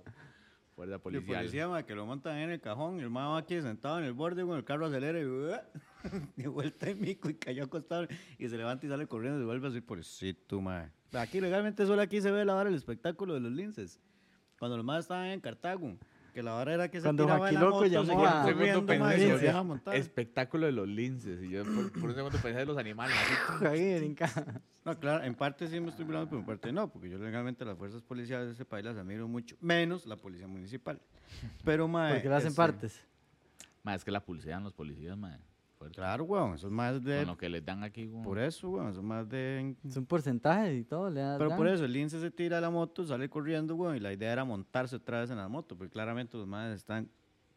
Fuerza
Y El
policial.
policía, ma, que lo montan ahí en el cajón, y el mae va aquí sentado en el borde, con el carro acelera y [LAUGHS] de vuelta en mico y cayó acostado y se levanta y sale corriendo y vuelve a decir, pobrecito, mae. Aquí legalmente solo aquí se ve la vara el espectáculo de los linces. Cuando los más estaban en Cartago, que la vara era que
Cuando
se tiraban en la
Joaquiloco
moto, se
llamó
iban
a-
corriendo,
segundo pensé,
mae, y se
yo,
volvían a montar.
espectáculo de los linces. Y yo por, por un segundo pensé de los animales. así.
Ahí brinca.
No, claro, en parte sí me estoy burlando, pero en parte no, porque yo legalmente las fuerzas policiales de este país las admiro mucho, menos la policía municipal. Pero, mae...
Porque lo hacen
este,
partes.
Ma, es que la pulsean los policías, ma. Fuerte.
Claro, weón, eso es más de...
Con lo que les dan aquí, güey.
Por e- eso, weón, eso más de...
Es un porcentaje y todo. Le
Pero por
dan.
eso, el lince se tira a la moto, sale corriendo, weón, y la idea era montarse otra vez en la moto, porque claramente los madres están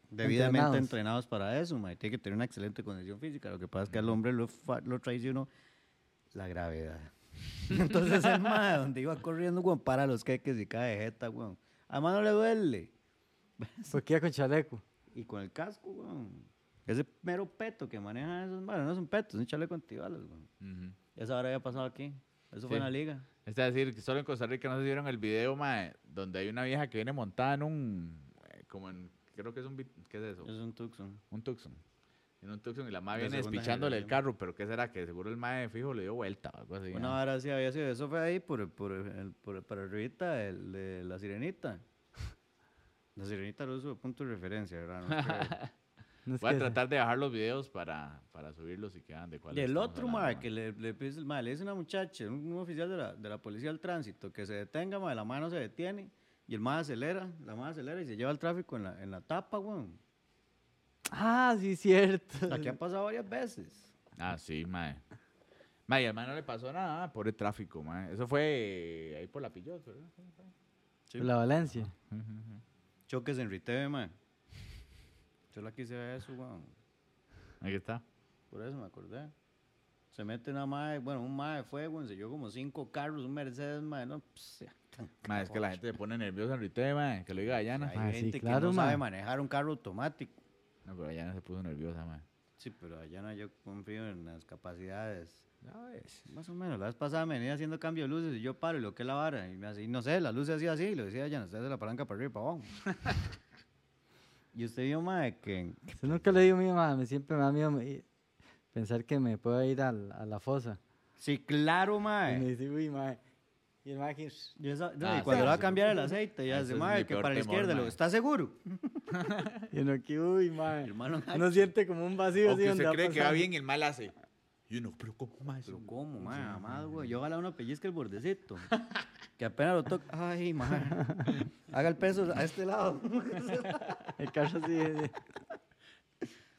debidamente
Entrenados.
entrenados, para eso, mae, tiene que tener una excelente condición física, lo que pasa es que al hombre lo, fa- lo traicionó la gravedad. [LAUGHS] Entonces el mae, donde iba corriendo, weón, para los queques y cae de jeta, weón. Además no le duele.
Porque iba Pues con chaleco.
Y con el casco, weón. Ese mero peto que manejan esos malos, no es un peto, es un chaleco antibalas, weón.
Ujú.
Esa hora había pasado aquí. Eso
Sí.
fue en la liga.
Es decir, que solo en Costa Rica no se vieron el video, mae, donde hay una vieja que viene montada en un. eh, Como en. Creo que es un. bit- ¿Qué es eso?
Es un Tucson.
Un Tucson. En un Tucson y la mae
De
viene
segunda
despichándole el
generación.
carro, pero ¿qué será? Que seguro el mae fijo le dio vuelta o algo así.
Una
¿no?
vara sí ah. había sido. Eso fue ahí por, por, el- por- para arribita del- de la sirenita. La sirenita lo uso de punto de referencia, [LAUGHS] ¿verdad?
No es
Voy a
que-
tratar de bajar los videos para, para subirlos y quedan de cuál.
y el otro, mae, que le, le, pide el mae, le dice una muchacha, un, un oficial de la, de la policía del tránsito, que se detenga, mae, la mano se detiene y el mae acelera, la mano acelera y se lleva el tráfico en la, en la tapa, weón.
Ah, sí, cierto.
Aquí [LAUGHS] ha pasado varias veces.
Ah, sí, mae. Mae, y al mae no le pasó nada, por el tráfico, mae. Eso fue eh, ahí por la pillot, ¿verdad?
Sí.
La Valencia.
Ah,
Choques en Riteve, mae. Yo la quise ver eso, weón.
Aquí está.
Por eso me acordé. Se mete una mae, bueno, un mae de fuego, enseñó como cinco carros, un Mercedes, mae, no, pues, pss,
Mae, es que la gente se pone nerviosa ahorita, mae, que lo diga Dayana.
hay
Ah, sí,
gente que
claro,
no
mae.
sabe manejar un carro automático.
No, pero Dayana se puso nerviosa, mae.
Sí, pero allá no, yo confío en las capacidades.
Ya ves.
Más o menos, la vez pasada me venía haciendo cambio de luces y yo paro y lo que es la vara. Y me hacía, y no sé, la luz se hacía así y lo decía, ya no se hace la palanca para arriba y para abajo.
[LAUGHS]
y usted vio, mae, que
Yo nunca le digo miedo, madre. Siempre me da miedo me- pensar que me puedo ir al- a, la fosa.
Sí, claro,
Eh.
Y me
mae.
dice, uy, madre. Y el madre aquí, [LAUGHS]
Y, esa- no,
Ah,
y
sí,
cuando le va a
sí.
cambiar el aceite,
Ah,
ya
ese
dice,
es mi
mae, que
peor
para la
temor,
izquierda,
mae.
lo ¿estás seguro?
y uno aquí, uy, madre.
[LAUGHS] Hermano,
Uno siente como un vacío.
O
así
que
donde
usted cree que va
pasando.
bien y el mal hace. Y uno, pero ¿cómo, mae?
pero ¿cómo, mae? Amado, güey. Yo ojalá uno pellizca el bordecito. que apenas lo toca. Ay, mae. [LAUGHS] Haga el peso a este lado.
El carro así.
[LAUGHS]
así.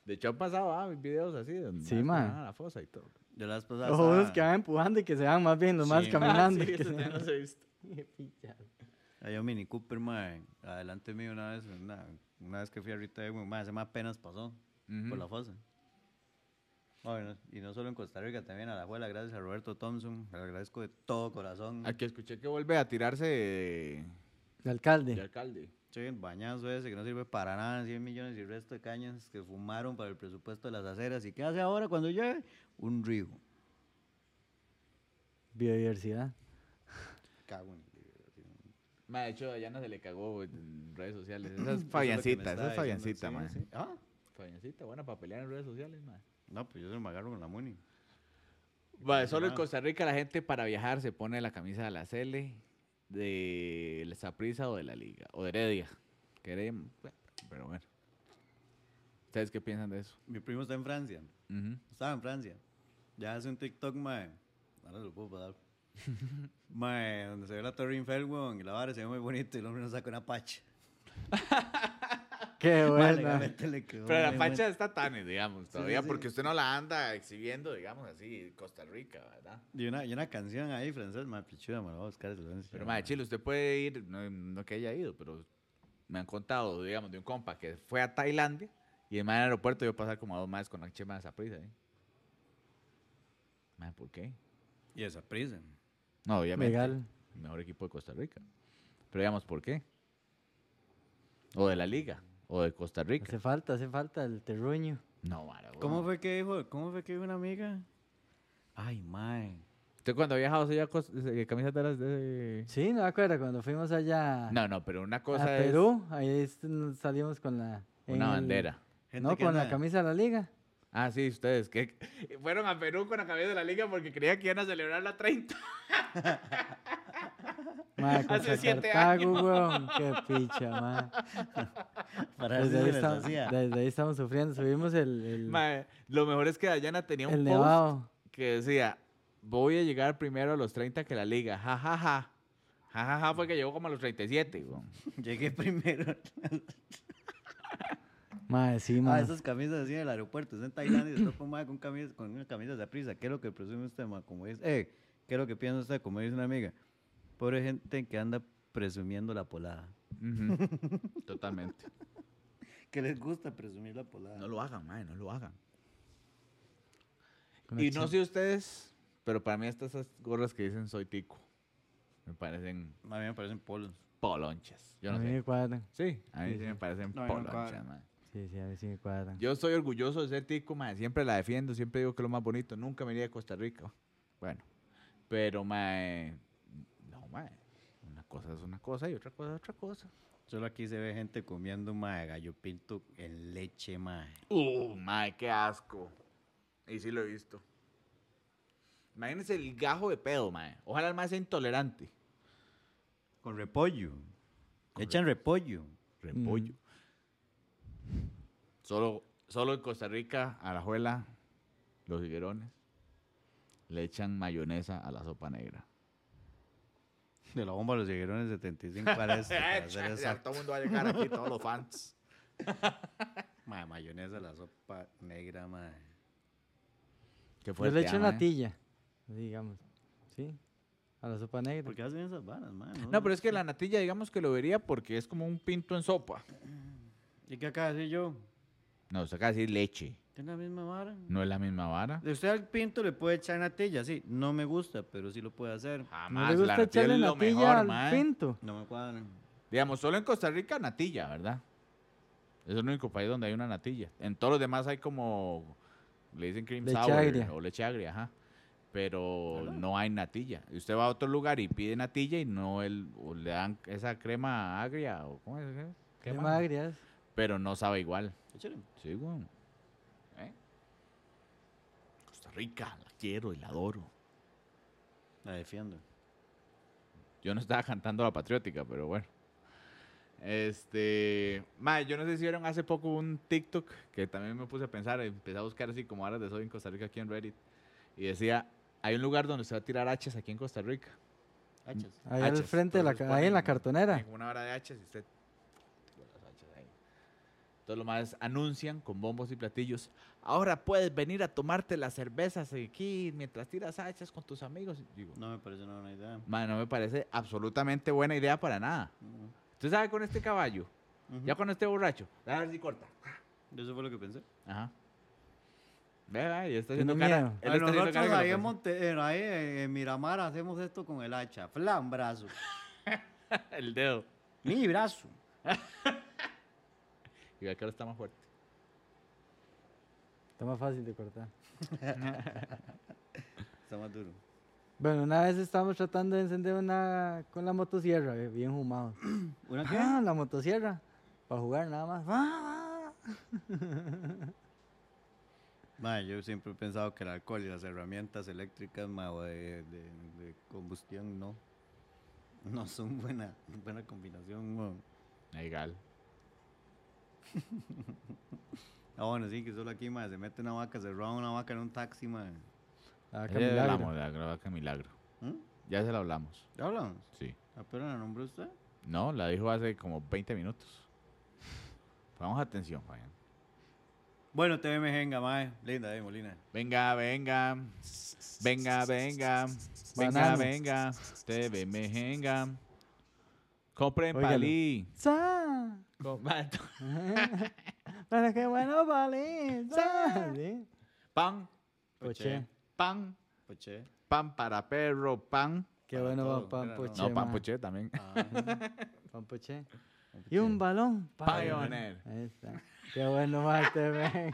De hecho, han pasado ah, videos así. donde
Sí,
hacen,
mae.
ah, la fosa y todo.
Yo las pasadas.
Los unos que van empujando y que se van más bien, los más
Sí,
caminando. y [LAUGHS]
Sí,
que
eso
se
ya
van.
no se ha visto.
Hay un Mini Cooper, mae. Adelante mío una vez. Una, una vez que fui a Rita de Mae, ese mae apenas pasó
Ujú.
por la fosa. Ay, no- y no solo en Costa Rica, también a la abuela, gracias a Roberto Thompson, le agradezco de todo corazón.
Aquí escuché que vuelve a tirarse de,
El
de
alcalde.
alcalde.
Sí, el bañazo ese que no sirve para nada, 100 millones y resto de cañas que fumaron para el presupuesto de las aceras. ¿Y qué hace ahora cuando llueve? Un río.
[LAUGHS]
Biodiversidad.
Cago en-
Mae, de hecho, a Dayana se le cagó en redes sociales. Esa
Eso
es
es lo que me
Fabiancita, esa
estaba
es
diciendo,
Fabiancita,
sí,
mae.
sí. Ah,
Fabiancita, buena para pelear en redes sociales, mae.
no, pues yo se lo me agarro con la Muni.
Mae, solo en
nada.
Costa Rica la gente para viajar se pone la camisa de la Cele, de la Saprisa o de la Liga, o de Heredia. Que Heredia, bueno, pero bueno. ¿Ustedes qué piensan de eso?
Mi primo está en Francia.
Ujú.
Estaba en Francia. Ya hace un TikTok, mae. Ahora se lo puedo pasar. mae, donde se ve la Torre Eiffel, weón, y la vara se ve muy bonito y el hombre nos saca una pacha.
Qué
Mae,
bueno.
legalmente le quedó
Pero la
muy
facha está tan, digamos, todavía,
sí.
porque usted no la anda exhibiendo, digamos así, Costa Rica, ¿verdad?
buena. Y una, y una canción ahí francés, mae, pichuda, me la voy a buscar. se lo voy a
Pero,
enseñar,
madre, Chile, usted puede ir, no, no que haya ido, pero me han contado, digamos, de un compa que fue a Tailandia y en el aeropuerto yo pasar como a dos más con la chema de esa prisa, ¿eh? Madre, ¿por qué?
Y esa prisa.
No, obviamente.
Legal.
el Mejor equipo de Costa Rica. Pero digamos, ¿por qué? O de la Liga, o de Costa Rica.
Hace falta, hace falta el terruño.
No, mara, weón.
Pues, ¿Cómo fue que dijo? ¿Cómo fue que dijo una amiga? Ay, mae.
¿Usted cuando ha viajado se lleva cos- eh, camisetas de las de...?
Sí, no me acuerdo cuando fuimos allá
No, no, pero una
a
cosa es
Perú. Ahí es- nos salimos con la. en
una
el-
bandera.
Gente
No,
que
con la
anda-
camisa de la liga.
Ah, sí, ustedes que [LAUGHS] fueron a Perú con la cabeza de la liga porque creían que iban a celebrar la 30. [LAUGHS]
Madre, contra
Hace siete
Cartago, weón. Qué picha, madre.
Para ver si
Desde Pues ahí,
se les
estamos,
hacía.
desde ahí estamos sufriendo. Subimos el, el,
[LAUGHS] Mae, lo mejor es que Dayana tenía un
el
post
nevado.
que decía, voy a llegar primero a los 30 que la liga, ja, ja, ja. Ja, ja, ja, fue que llegó como a los 37, weón.
Llegué primero.
Madre, sí,
Ah,
madre.
esas camisas así en el aeropuerto, está en Tailandia y se topa un mae con, camisa, con una camisa de prisa. ¿Qué es lo que presume usted, mae? Como dice, eh, ¿qué es lo que piensa usted? Como dice una amiga. Pobre gente que anda presumiendo la polada.
[LAUGHS]
Ujú, Totalmente.
Que les gusta presumir la polada.
No lo hagan, mae, no lo hagan.
Con la
Y no
chi-
sé ustedes, pero para mí estas esas gorras que dicen soy tico, me parecen
A mí me parecen polos.
polonchas. Yo
a
no
mí me
sé.
cuadran.
Sí, a mí
Sí,
sí
sí.
me parecen
No, a mí no me
polonchas,
cuadran.
mae.
Sí, sí, a mí sí me cuadran.
Yo soy orgulloso de ser tico, mae. Siempre la defiendo, siempre digo que es lo más bonito. Nunca me iría a Costa Rica. Bueno, pero, mae. No, mae. Una cosa es una cosa y otra cosa es otra cosa.
Solo aquí se ve gente comiendo, mae, gallo pinto en leche, mae.
Uh, mae, qué asco. Y sí lo he visto. Imagínense el gajo de pedo, mae. Ojalá el mae sea intolerante.
Con repollo. Echan repollo.
Repollo. Mm. Solo, solo en Costa Rica, Arajuela, los higuerones, le echan mayonesa a la sopa negra.
De la bomba los llegaron en 75 para esto,
[LAUGHS]
para hacer esa
todo el mundo va a llegar aquí, todos los fans.
mae, mayonesa, la sopa negra, mae.
¿Qué ah.
Yo le echo
¿eh?
natilla, digamos. ¿Sí? A la sopa negra.
¿Por qué hacen esas varas, mae?
No, pero es que la natilla, digamos que lo vería porque es como un pinto en sopa.
¿Y qué acá decir yo?
No, se acaba de decir leche.
Es la misma vara.
No es la misma vara.
De usted al pinto le puede echar natilla, sí. No me gusta, pero sí lo puede hacer.
¿No
Jamás.
le
la
gusta
natilla
echarle
es
la
lo
tilla
mejor,
al
mae.
pinto?
No me cuadran.
Digamos, solo en Costa Rica natilla, ¿verdad? Es el único país donde hay una natilla. En todos los demás hay como, le dicen cream
Leche
sour
agria.
o leche agria, ajá. Pero no hay natilla. Y usted va a otro lugar y pide natilla y no el, o le dan esa crema agria o ¿cómo es? ¿Qué es?
Qué magrias.
Pero no sabe igual.
Échale.
Sí, weón. ¿Eh? Costa Rica, la quiero y la adoro.
La defiendo.
Yo no estaba cantando la patriótica, pero bueno. Este. Mae, yo no sé si vieron hace poco un TikTok que también me puse a pensar. Empecé a buscar así como horas de soy en Costa Rica aquí en Reddit. Y decía: hay un lugar donde se va a tirar hachas aquí en Costa Rica.
Hachas.
Ahí al
Hachas,
frente, de la,
entonces
ca- ahí en la
ponen- Hay
cartonera.
como una hora de hachas y usted. tira las hachas ahí. Entonces los más anuncian con bombos y platillos. Ahora puedes venir a tomarte las cervezas aquí mientras tiras hachas con tus amigos. Y Digo,
No me parece una buena idea.
Mae, no me parece absolutamente buena idea para nada. Usted sabe con este caballo, ya cuando esté borracho, a ver si corta.
Eso fue lo que pensé. Ah,
Ajá. Ve, ve, y está
Tiene
haciendo cara.
miedo.
él
A
está haciendo
nosotros
cara que lo
ahí en,
pensó.
Monte- eh, ahí en Miramar hacemos esto con el hacha. Flan, brazo.
[LAUGHS] El dedo.
Mi brazo.
Y vea que ahora está más fuerte.
Está más fácil de cortar.
Está más duro.
Bueno, una vez estábamos tratando de encender una con la motosierra, eh, bien fumados.
[LAUGHS]
¿Una qué?
Ah, la motosierra. Para jugar nada más. Ah, ah.
Mae, yo siempre he pensado que el alcohol y las herramientas eléctricas mae, o de, de- de combustión no. No son buena, buena combinación. weón.
Legal.
Ah, bueno, sí, que solo aquí mae, se mete una vaca, se roba una vaca en un taxi. Mae.
Ah,
Ya
qué
le
milagro.
hablamos de la gravaca milagro.
¿Mm?
Ya se la hablamos.
¿Ya hablamos?
Sí.
¿Apenas la nombró usted?
No, la dijo hace como 20 minutos. Pongamos atención, Fabián.
Bueno, TV Mejenga, mae. Linda, eh, Molina.
Venga, venga. Venga, venga. Venga,
Banano.
venga. TV Mejenga. Compren
Óigalo.
palí.
Sa.
Com-
Pero qué bueno, vale. Sa. Sí.
Pan,
Poché.
pan,
Poché.
pan para perro, pan.
Qué
Para
bueno,
todo,
pan
era, no.
poché.
No, pan
ma.
poché también.
Ah,
Pan poché. Y un balón.
Pioneer.
Ahí está. Qué bueno, Marte. ven.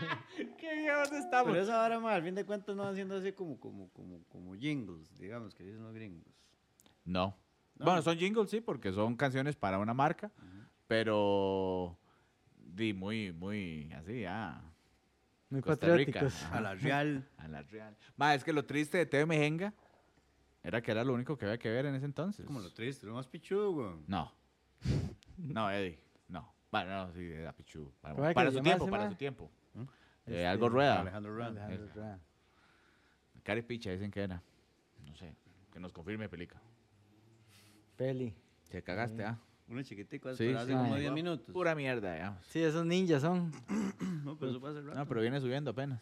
¿Qué diablos
Pero
estamos?
esa vara, mae, al fin de cuentas no van siendo así como, como, como, como jingles, digamos, que dicen los gringos.
No.
No.
Bueno, son jingles, sí, porque son canciones para una marca, pero di muy, muy así, ah.
Muy
Costa Rica.
patrióticos.
Ajá.
A la real.
A la real. Ma, es que lo triste de TV Mejenga era que era lo único que había que ver en ese entonces.
Como lo triste, lo más pichudo, weón.
No. [LAUGHS] No, Eddie. No. Bueno, no, sí, era pichu. Para,
¿Cómo era que
para
se
su
llamaba
tiempo,
ese
para
ma?
su tiempo.
¿Mm?
Eh,
Este,
algo rueda.
Alejandro Rand.
Alejandro Ra.
Caripicha dicen que era. No sé. Que nos confirme, Pelica.
Peli.
Te cagaste, ¿ah?
Uno chiquitico,
Sí,
hace hace
sí.
como
Ay,
10
guapo.
minutos.
Pura mierda, digamos.
Sí, esos ninjas son.
No, pero eso pasa rápido.
No, pero viene subiendo apenas.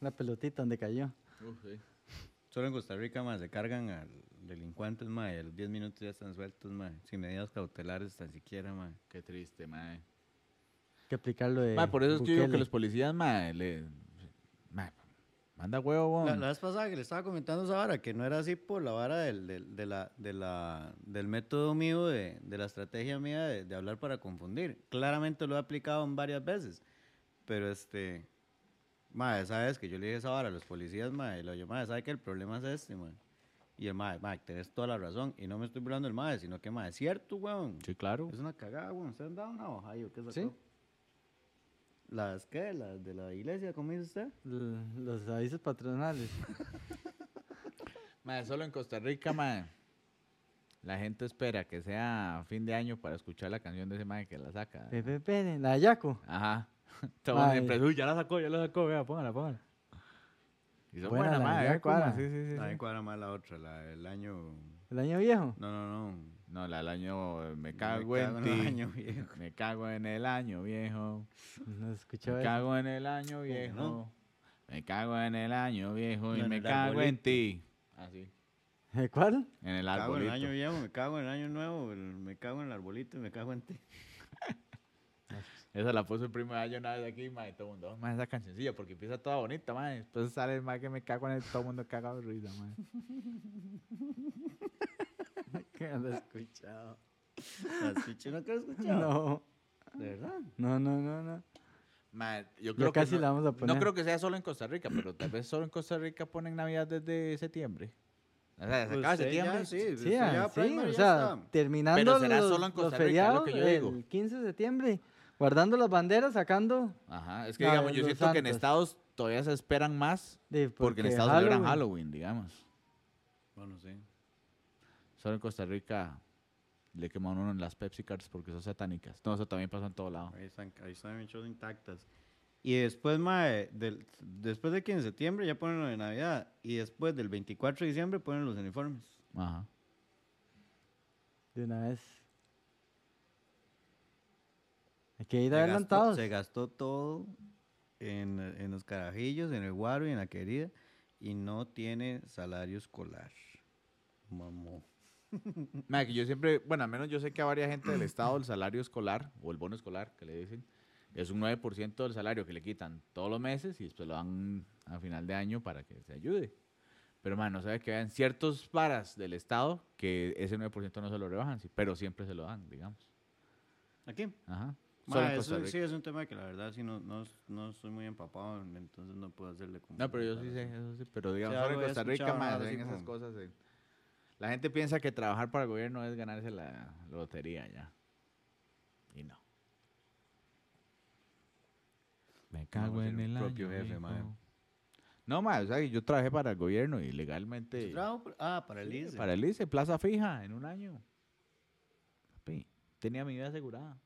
La pelotita donde cayó.
Solo en Costa Rica, más se cargan a delincuentes, más a los 10 minutos ya están sueltos, más sin medidas cautelares tan siquiera, más
Qué triste, mae.
Hay que aplicarlo de.
por eso es que yo digo que
Bukele.
los policías, mae, le... mae, manda huevo,
La,
bon.
la vez pasada que le estaba comentando esa vara, que no era así por la vara del, del- de la, de la- del método mío, de, de la estrategia mía de, de hablar para confundir. Claramente lo he aplicado en varias veces, pero este... Madre, ¿sabes que yo le dije esa vara a los policías, madre? Y lo yo, madre, ¿sabes que el problema es este, madre? Y el madre, madre, tenés toda la razón. Y no me estoy burlando del madre, sino que, madre, es cierto, weón.
Sí, claro.
Es una cagada, weón. ¿Usted han dado una hoja ahí o qué sacó?
Sí.
¿Las qué? ¿Las de la iglesia, cómo dice usted?
L- Los avisos patronales.
Mae, solo en Costa Rica, mae. La gente espera que sea fin de año para escuchar la canción de ese mae que la saca.
Pepe Pérez, la de Yaco.
Ajá. [LAUGHS] Todo
Mae.
siempre, "Uy, ya la sacó, ya la sacó, vea, póngala, póngala. Y son
Buena
buenas,
la
mae,
idea,
vea cómo,
cuadra.
sí, sí, sí,
Ahí
sí.
cuadra más la otra, la del año. No,
El año viejo.
no, no.
No, la del año, eh, me
Me
cago en
el
ti.
año
[LAUGHS]
viejo.
Me cago en el año, viejo.
No
Me
escuchaba eso.
cago en el año
que no?
viejo. Me cago en el año viejo y
No, en
me
el
cago en
arbolito.
ti. Así.
¿Eh,
[LAUGHS]
¿Cuál?
En el
Me Ah, cago en el
arbolito.
año [LAUGHS] viejo, me cago en el año nuevo, el- me cago en el arbolito y me cago en ti.
Esa la puso el primo de año una vez aquí, mae, todo el mundo, "Oh, mae, esa cancioncilla, porque empieza toda bonita, mae. Después sale el mae que me cago en el, todo el mundo caga de risa, mae.
Que no lo he escuchado.
¿La escuché? ¿Nunca la escuché?
No,
¿De verdad?
no, no, no, no.
Mae, yo
Ya
creo
casi
que no,
la vamos a
no
poner.
creo que sea solo en Costa Rica, pero tal vez solo en Costa Rica ponen Navidad desde septiembre. O sea, se acaba
Usted
septiembre.
ya, sí, usted
Sí,
ya
ah, sí,
primary
o
ya
sea,
está.
terminando
Pero será
los,
solo
los
en Costa Rica, es lo
feriados
que yo digo.
el 15 de septiembre, guardando las banderas, sacando
Ajá, es que
No,
digamos, yo
los
siento que en
santos.
Estados todavía se esperan más
de
porque, en Estados celebran Halloween, digamos.
Bueno, sí.
Solo en Costa Rica le queman uno en las Pepsi Cards porque son satánicas. No, eso también pasa en todo lado.
Ahí están, ahí están hechos intactas. Y después, mae, del, después del 15 de septiembre ya ponen lo de Navidad. Y después del 24 de diciembre ponen los uniformes.
Ajá.
De una vez. Hay que ir
Se gastó-
adelantados.
Se gastó todo
En, en los carajillos, en el guaro y en la querida.
y no tiene salario escolar. Mamó.
Mae, que yo siempre, bueno, al menos yo sé que a varias gente del Estado el salario escolar o el bono escolar que le dicen es un 9% del salario que le quitan todos los meses y después lo dan a final de año para que se ayude. Pero, mae, no sabe que vean ciertos varas del Estado que ese 9% no se lo rebajan, sí, pero siempre se lo dan, digamos.
Aquí.
Ajá. Solo
Mae,
en Costa
eso,
Rica.
sí, es un tema que la verdad sí no, no, no estoy muy empapado, entonces no puedo hacerle como...
No, pero yo sí
comentario.
sé, eso sí, pero digamos,
algo
solo en
había
Costa Rica,
escuchado,
mae,
algo así
hacen esas
como-
cosas. eh. La gente piensa que trabajar para el gobierno es ganarse la lotería ya. Y no. Me cago
vamos a
en
ser
el
un propio
año,
jefe, mae.
hijo. No, mae, o sea, que yo trabajé para el gobierno y legalmente.
Trabajo por- Ah, para el
Sí,
ICE.
Para el ICE, plaza fija en un año. Papi, tenía mi vida asegurada.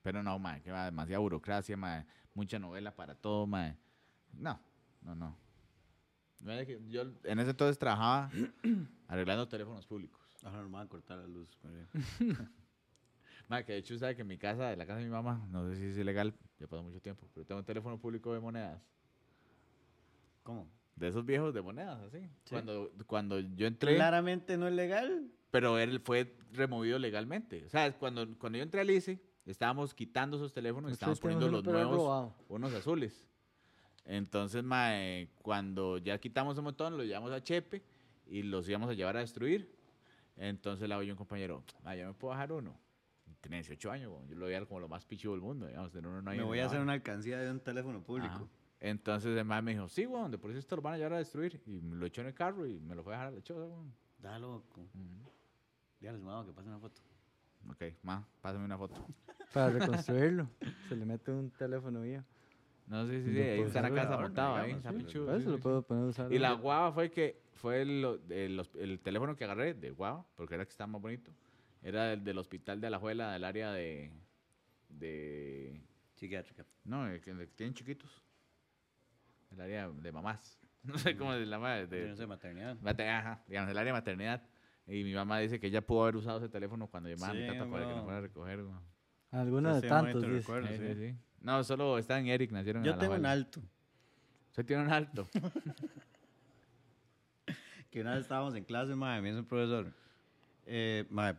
Pero no, mae, que va demasiada burocracia, mae, mucha novela para todo, mae. No, no, no. No era que- Yo en ese entonces trabajaba arreglando teléfonos públicos.
Ahora Ah, no me van a cortar la luz. mae.
[LAUGHS] Mae, que de hecho, sabe que en mi casa, en la casa de mi mamá, no sé si es ilegal, ya pasó mucho tiempo, pero tengo un teléfono público de monedas.
¿Cómo?
De esos viejos de monedas, así. Cuando, cuando yo entré...
Claramente no es legal.
pero él fue removido legalmente. O sea, cuando, cuando yo entré al ICE, estábamos quitando esos teléfonos y estábamos
Ustedes
poniendo
tienen uno,
los
pero es
nuevos,
robado.
unos azules. Entonces, mae, cuando ya quitamos un montón, los llevamos a Chepe y los íbamos a llevar a destruir. Entonces le hago yo a un compañero, mae, yo me puedo bajar uno. Tenía 18 años, weón, yo lo veía como lo más pichudo del mundo, digamos, tener uno ahí
Me
en
voy
la
a hacer
mano.
una alcancía de un teléfono
Ajá.
público.
Entonces el mae me dijo, sí, weón, de por eso esto lo van a llevar a destruir. Y me lo echó en el carro y me lo fue a dejar a la choza, weón.
Da loco.
Ujú.
Dígales, mamá, que pase una foto.
Ok, ma, pásame una foto. [LAUGHS]
Para reconstruirlo. se le mete un teléfono mío.
No, sí, sí,
Yo
sí, ahí
puedo
está la
usar
casa
el horno,
montada, ahí,
digamos,
está
sí.
pichudo,
Por
sí,
eso
sí,
lo puedo poner a usar.
sí. Y la
ahora.
guava fue que fue el, lo- el hos- el teléfono que agarré de guava, porque era el que estaba más bonito. Era el del hospital de Alajuela, del área de. de
Psiquiátrica.
no, el que, el que tienen chiquitos. El área de mamás. [LAUGHS] No sé cómo se llama. De,
Yo no sé maternidad.
mater- ajá, digamos, el área de maternidad. Y mi mamá dice que ella pudo haber usado ese teléfono cuando llamaba a mi
Sí,
tata para que lo
weón.
fuera a recoger. weón.
Alguno de
Ese bonito
tantos, dice.
recuerdo,
Sí,
sí.
sí, sí. No, solo está en Eric, nacieron en
Yo tengo un
Alajuela.
alto.
Usted tiene un alto.
Que una vez estábamos en clase, madre, me hizo un profesor.
Eh, mae,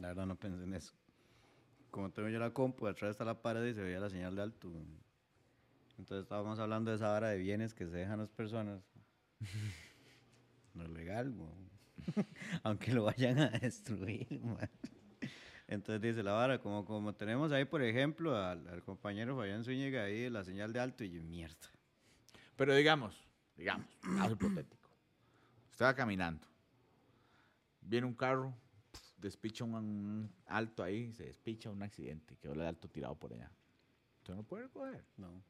La verdad no pensé en eso.
como tengo yo la compu, atrás está la pared y se veía la señal de alto. güey. Entonces estábamos hablando de esa vara de bienes que se dejan las personas. No es legal, [LAUGHS] güey.
Aunque lo vayan a destruir, mae.
Entonces dice la vara, como, como tenemos ahí, por ejemplo, al, al compañero Fabián Zúñiga ahí, la señal de alto, y yo, mierda.
Pero digamos, digamos, caso hipotético. Usted va caminando. Viene un carro, despicha un, un alto ahí, se despicha un accidente, y quedó el alto tirado por allá. Usted no puede recoger.
No.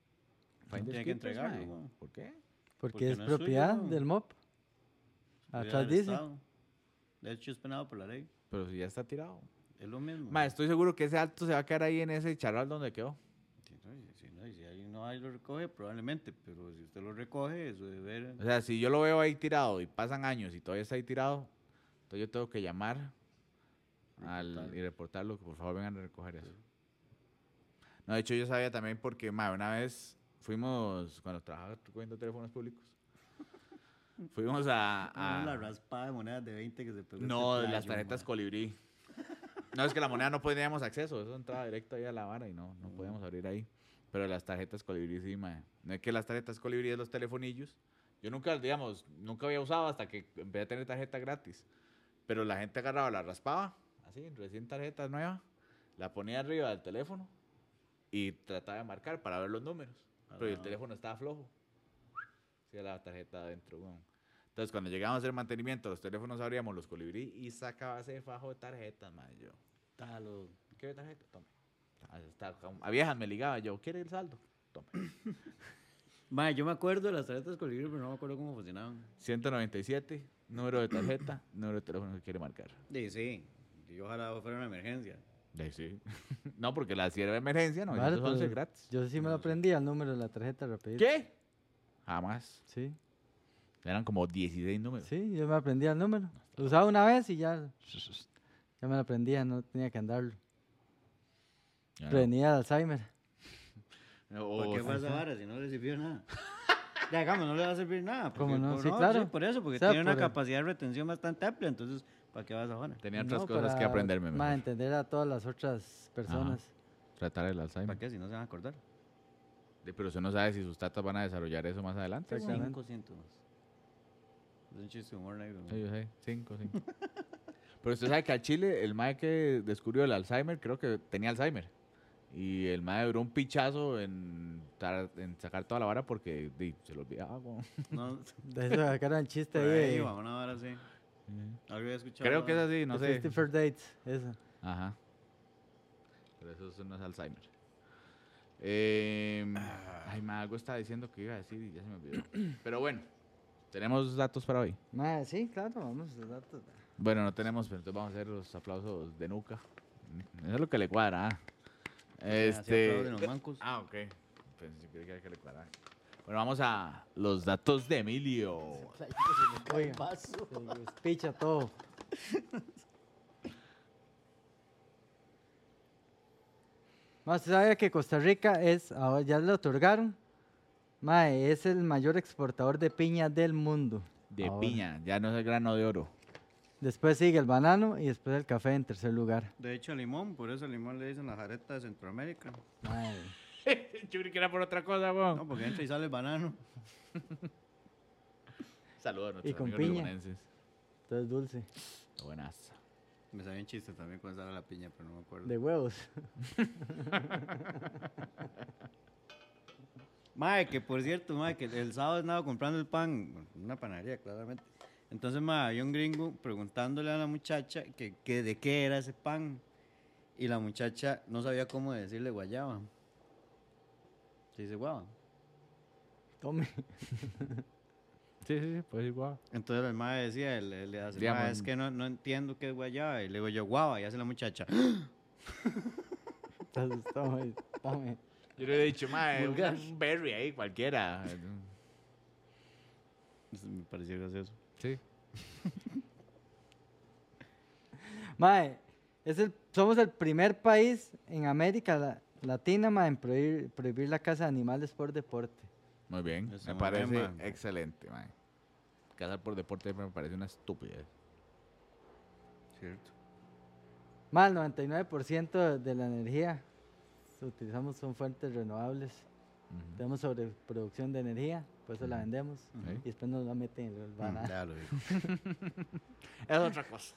Fine
tiene
the
que
skippers,
entregarlo,
mae.
weón.
¿Por qué?
Porque,
porque
es
no es suyo.
propiedad del MOP. Atrás dice.
De hecho, es penado por la ley.
Pero si ya está tirado.
Es lo mismo.
Mae, estoy seguro que ese alto se va a quedar ahí en ese charral donde quedó.
Si, no, y si no, y si alguien no va y lo recoge, probablemente, pero si usted lo recoge, es su deber.
eh,
O sea, si yo lo veo ahí tirado y pasan años y todavía está ahí tirado, entonces yo tengo que llamar al, y reportarlo, que por favor vengan a recoger eso. No, de hecho yo sabía también porque, ma, una vez fuimos, cuando trabajaba cuento teléfonos [LAUGHS] públicos, fuimos a...
Ah.
a-
Ah.
La raspada de monedas de 20 que se pegó.
no,
este
de las
playo,
tarjetas colibrí. No, es que la moneda no podíamos acceso. Eso entraba directo ahí a la vara y no, no podíamos abrir ahí. Pero las tarjetas colibrí sí, mae. No es que las tarjetas colibrí es los telefonillos. Yo nunca, digamos, nunca había usado hasta que empecé a tener tarjeta gratis. Pero la gente agarraba, la raspaba, así, recién tarjeta nueva, la ponía arriba del teléfono y trataba de marcar para ver los números. Pero el teléfono estaba flojo. Sí, la tarjeta adentro, weón. Entonces, cuando llegábamos a hacer mantenimiento, los teléfonos abríamos los colibrí y sacaba ese fajo de tarjetas, madre. Yo, talo, ¿quiere tarjeta? Tome. Ah, está- A viejas me ligaba yo, ¿quiere el saldo? Tome.
Mae, yo me acuerdo de las tarjetas colibrí, pero no me acuerdo cómo funcionaban.
197, número de tarjeta, número de teléfono que quiere marcar.
Sí, sí.
Y ojalá fuera una emergencia.
De Eh, sí. [LAUGHS] pues, no, porque la sierra de emergencia, no,
Vale,
eso
pero
gratis.
Yo sí me lo aprendí al número de la tarjeta rapidito.
¿Qué? Jamás.
Sí,
Eran como 16 números.
sí, yo me aprendí al número. Lo usaba una vez y ya, ya me lo aprendía, no tenía que andarlo.
Ya Ah, no.
Prevenía el Alzheimer. Oh,
O-
¿Por qué fue esa vara si no le sirvió nada? [LAUGHS] Ya, digamos, no le va a servir nada. porque
¿Cómo no?
por-
Sí, claro.
por eso, porque
O sea,
tiene una
por el-
capacidad de retención bastante amplia. Entonces, ¿para qué vas ahora?
Tenía otras
No,
cosas que
para
aprenderme.
Más
mejor.
entender a todas las otras personas.
Tratar el
¿Para
Em.
Alzheimer.
qué? Si no se van a acordar.
De- Pero usted no sabe si sus tatas van a desarrollar eso más adelante. güey.
Exactamente.
5 céntimos. Es un chiste de humor negro. ¿no?
[LAUGHS]
Sí, yo sé. Cinco, cinco. [LAUGHS] Pero usted sabe que al Chile, el mae que descubrió el Alzheimer, creo que tenía Alzheimer. Y el mae duró un pichazo en, tar- en sacar toda la vara porque di, se lo olvidaba. güey. [LAUGHS]
No,
De eso sacaron el chiste
por
ahí
ahí
de-
iba, una hora así. Había escuchado.
Creo que
Ah,
es así, no
de
sé.
51st Dates, eso.
Ajá. Pero eso es- no es Alzheimer. Em, ay, ma, algo estaba diciendo que iba a decir y ya se me olvidó. [CLEARS THROAT] Pero bueno, tenemos datos para hoy.
Mae, sí, claro, vamos los datos.
Bueno, no tenemos, pero entonces vamos a hacer los aplausos de nuca. Mm, Eso es lo que le cuadra. ah.
Este. De
Este.
los mancos.
Ah, ok. Pensé que era que le cuadraba. Bueno, vamos a los datos de Emilio.
Oiga, se despicha todo. Más sabía que Costa Rica es, ahora ya le otorgaron, mae, es el mayor exportador de piña del mundo.
De
Ahora.
piña, ya no es el grano de oro.
Después sigue el banano y después el café en tercer lugar.
De hecho, limón, por eso limón le dicen la jareta de Centroamérica.
Mae,
[LAUGHS] Yo creí que era por otra cosa, weón.
No, porque entra y sale el
[LAUGHS]
banano.
Saludos a nuestros
con
amigos
piña.
limonenses.
todo es dulce.
Buenas.
Me sabía un chiste también cuando sale la piña, pero no me acuerdo.
De huevos. [LAUGHS]
Mae, que por cierto, mae, que el sábado andaba comprando el pan, bueno, en una panadería, claramente. Entonces, mae, había un gringo preguntándole a la muchacha que, que de qué era ese pan. Y la muchacha no sabía cómo decirle guayaba. Se dice guava.
Tome. [LAUGHS]
Sí, sí, sí, pues igual.
Entonces el mae decía, el- el- le hace,
Digamos,
"Mae, es que no, no entiendo qué es guayaba. Y le digo yo, guava, y hace la muchacha.
Te asustó, mae, Tome.
Yo le he dicho, mae,
Vulgar.
un berry ahí, cualquiera.
Eso me pareció gracioso.
Sí.
Mae, es el, somos el primer país en América La- Latina mae, en prohibir, prohibir la caza de animales por deporte.
Muy bien.
Eso
Me
muy
parece
bien, mae.
excelente, mae. Cazar por deporte me parece una estupidez.
Cierto.
Mae, el 99% de- de la energía que utilizamos son fuentes renovables.
Ujú.
Tenemos sobreproducción de energía, por eso la vendemos.
Sí.
Y después nos la meten en el
Mm.
banano.
Ya lo dijo.
Es otra cosa.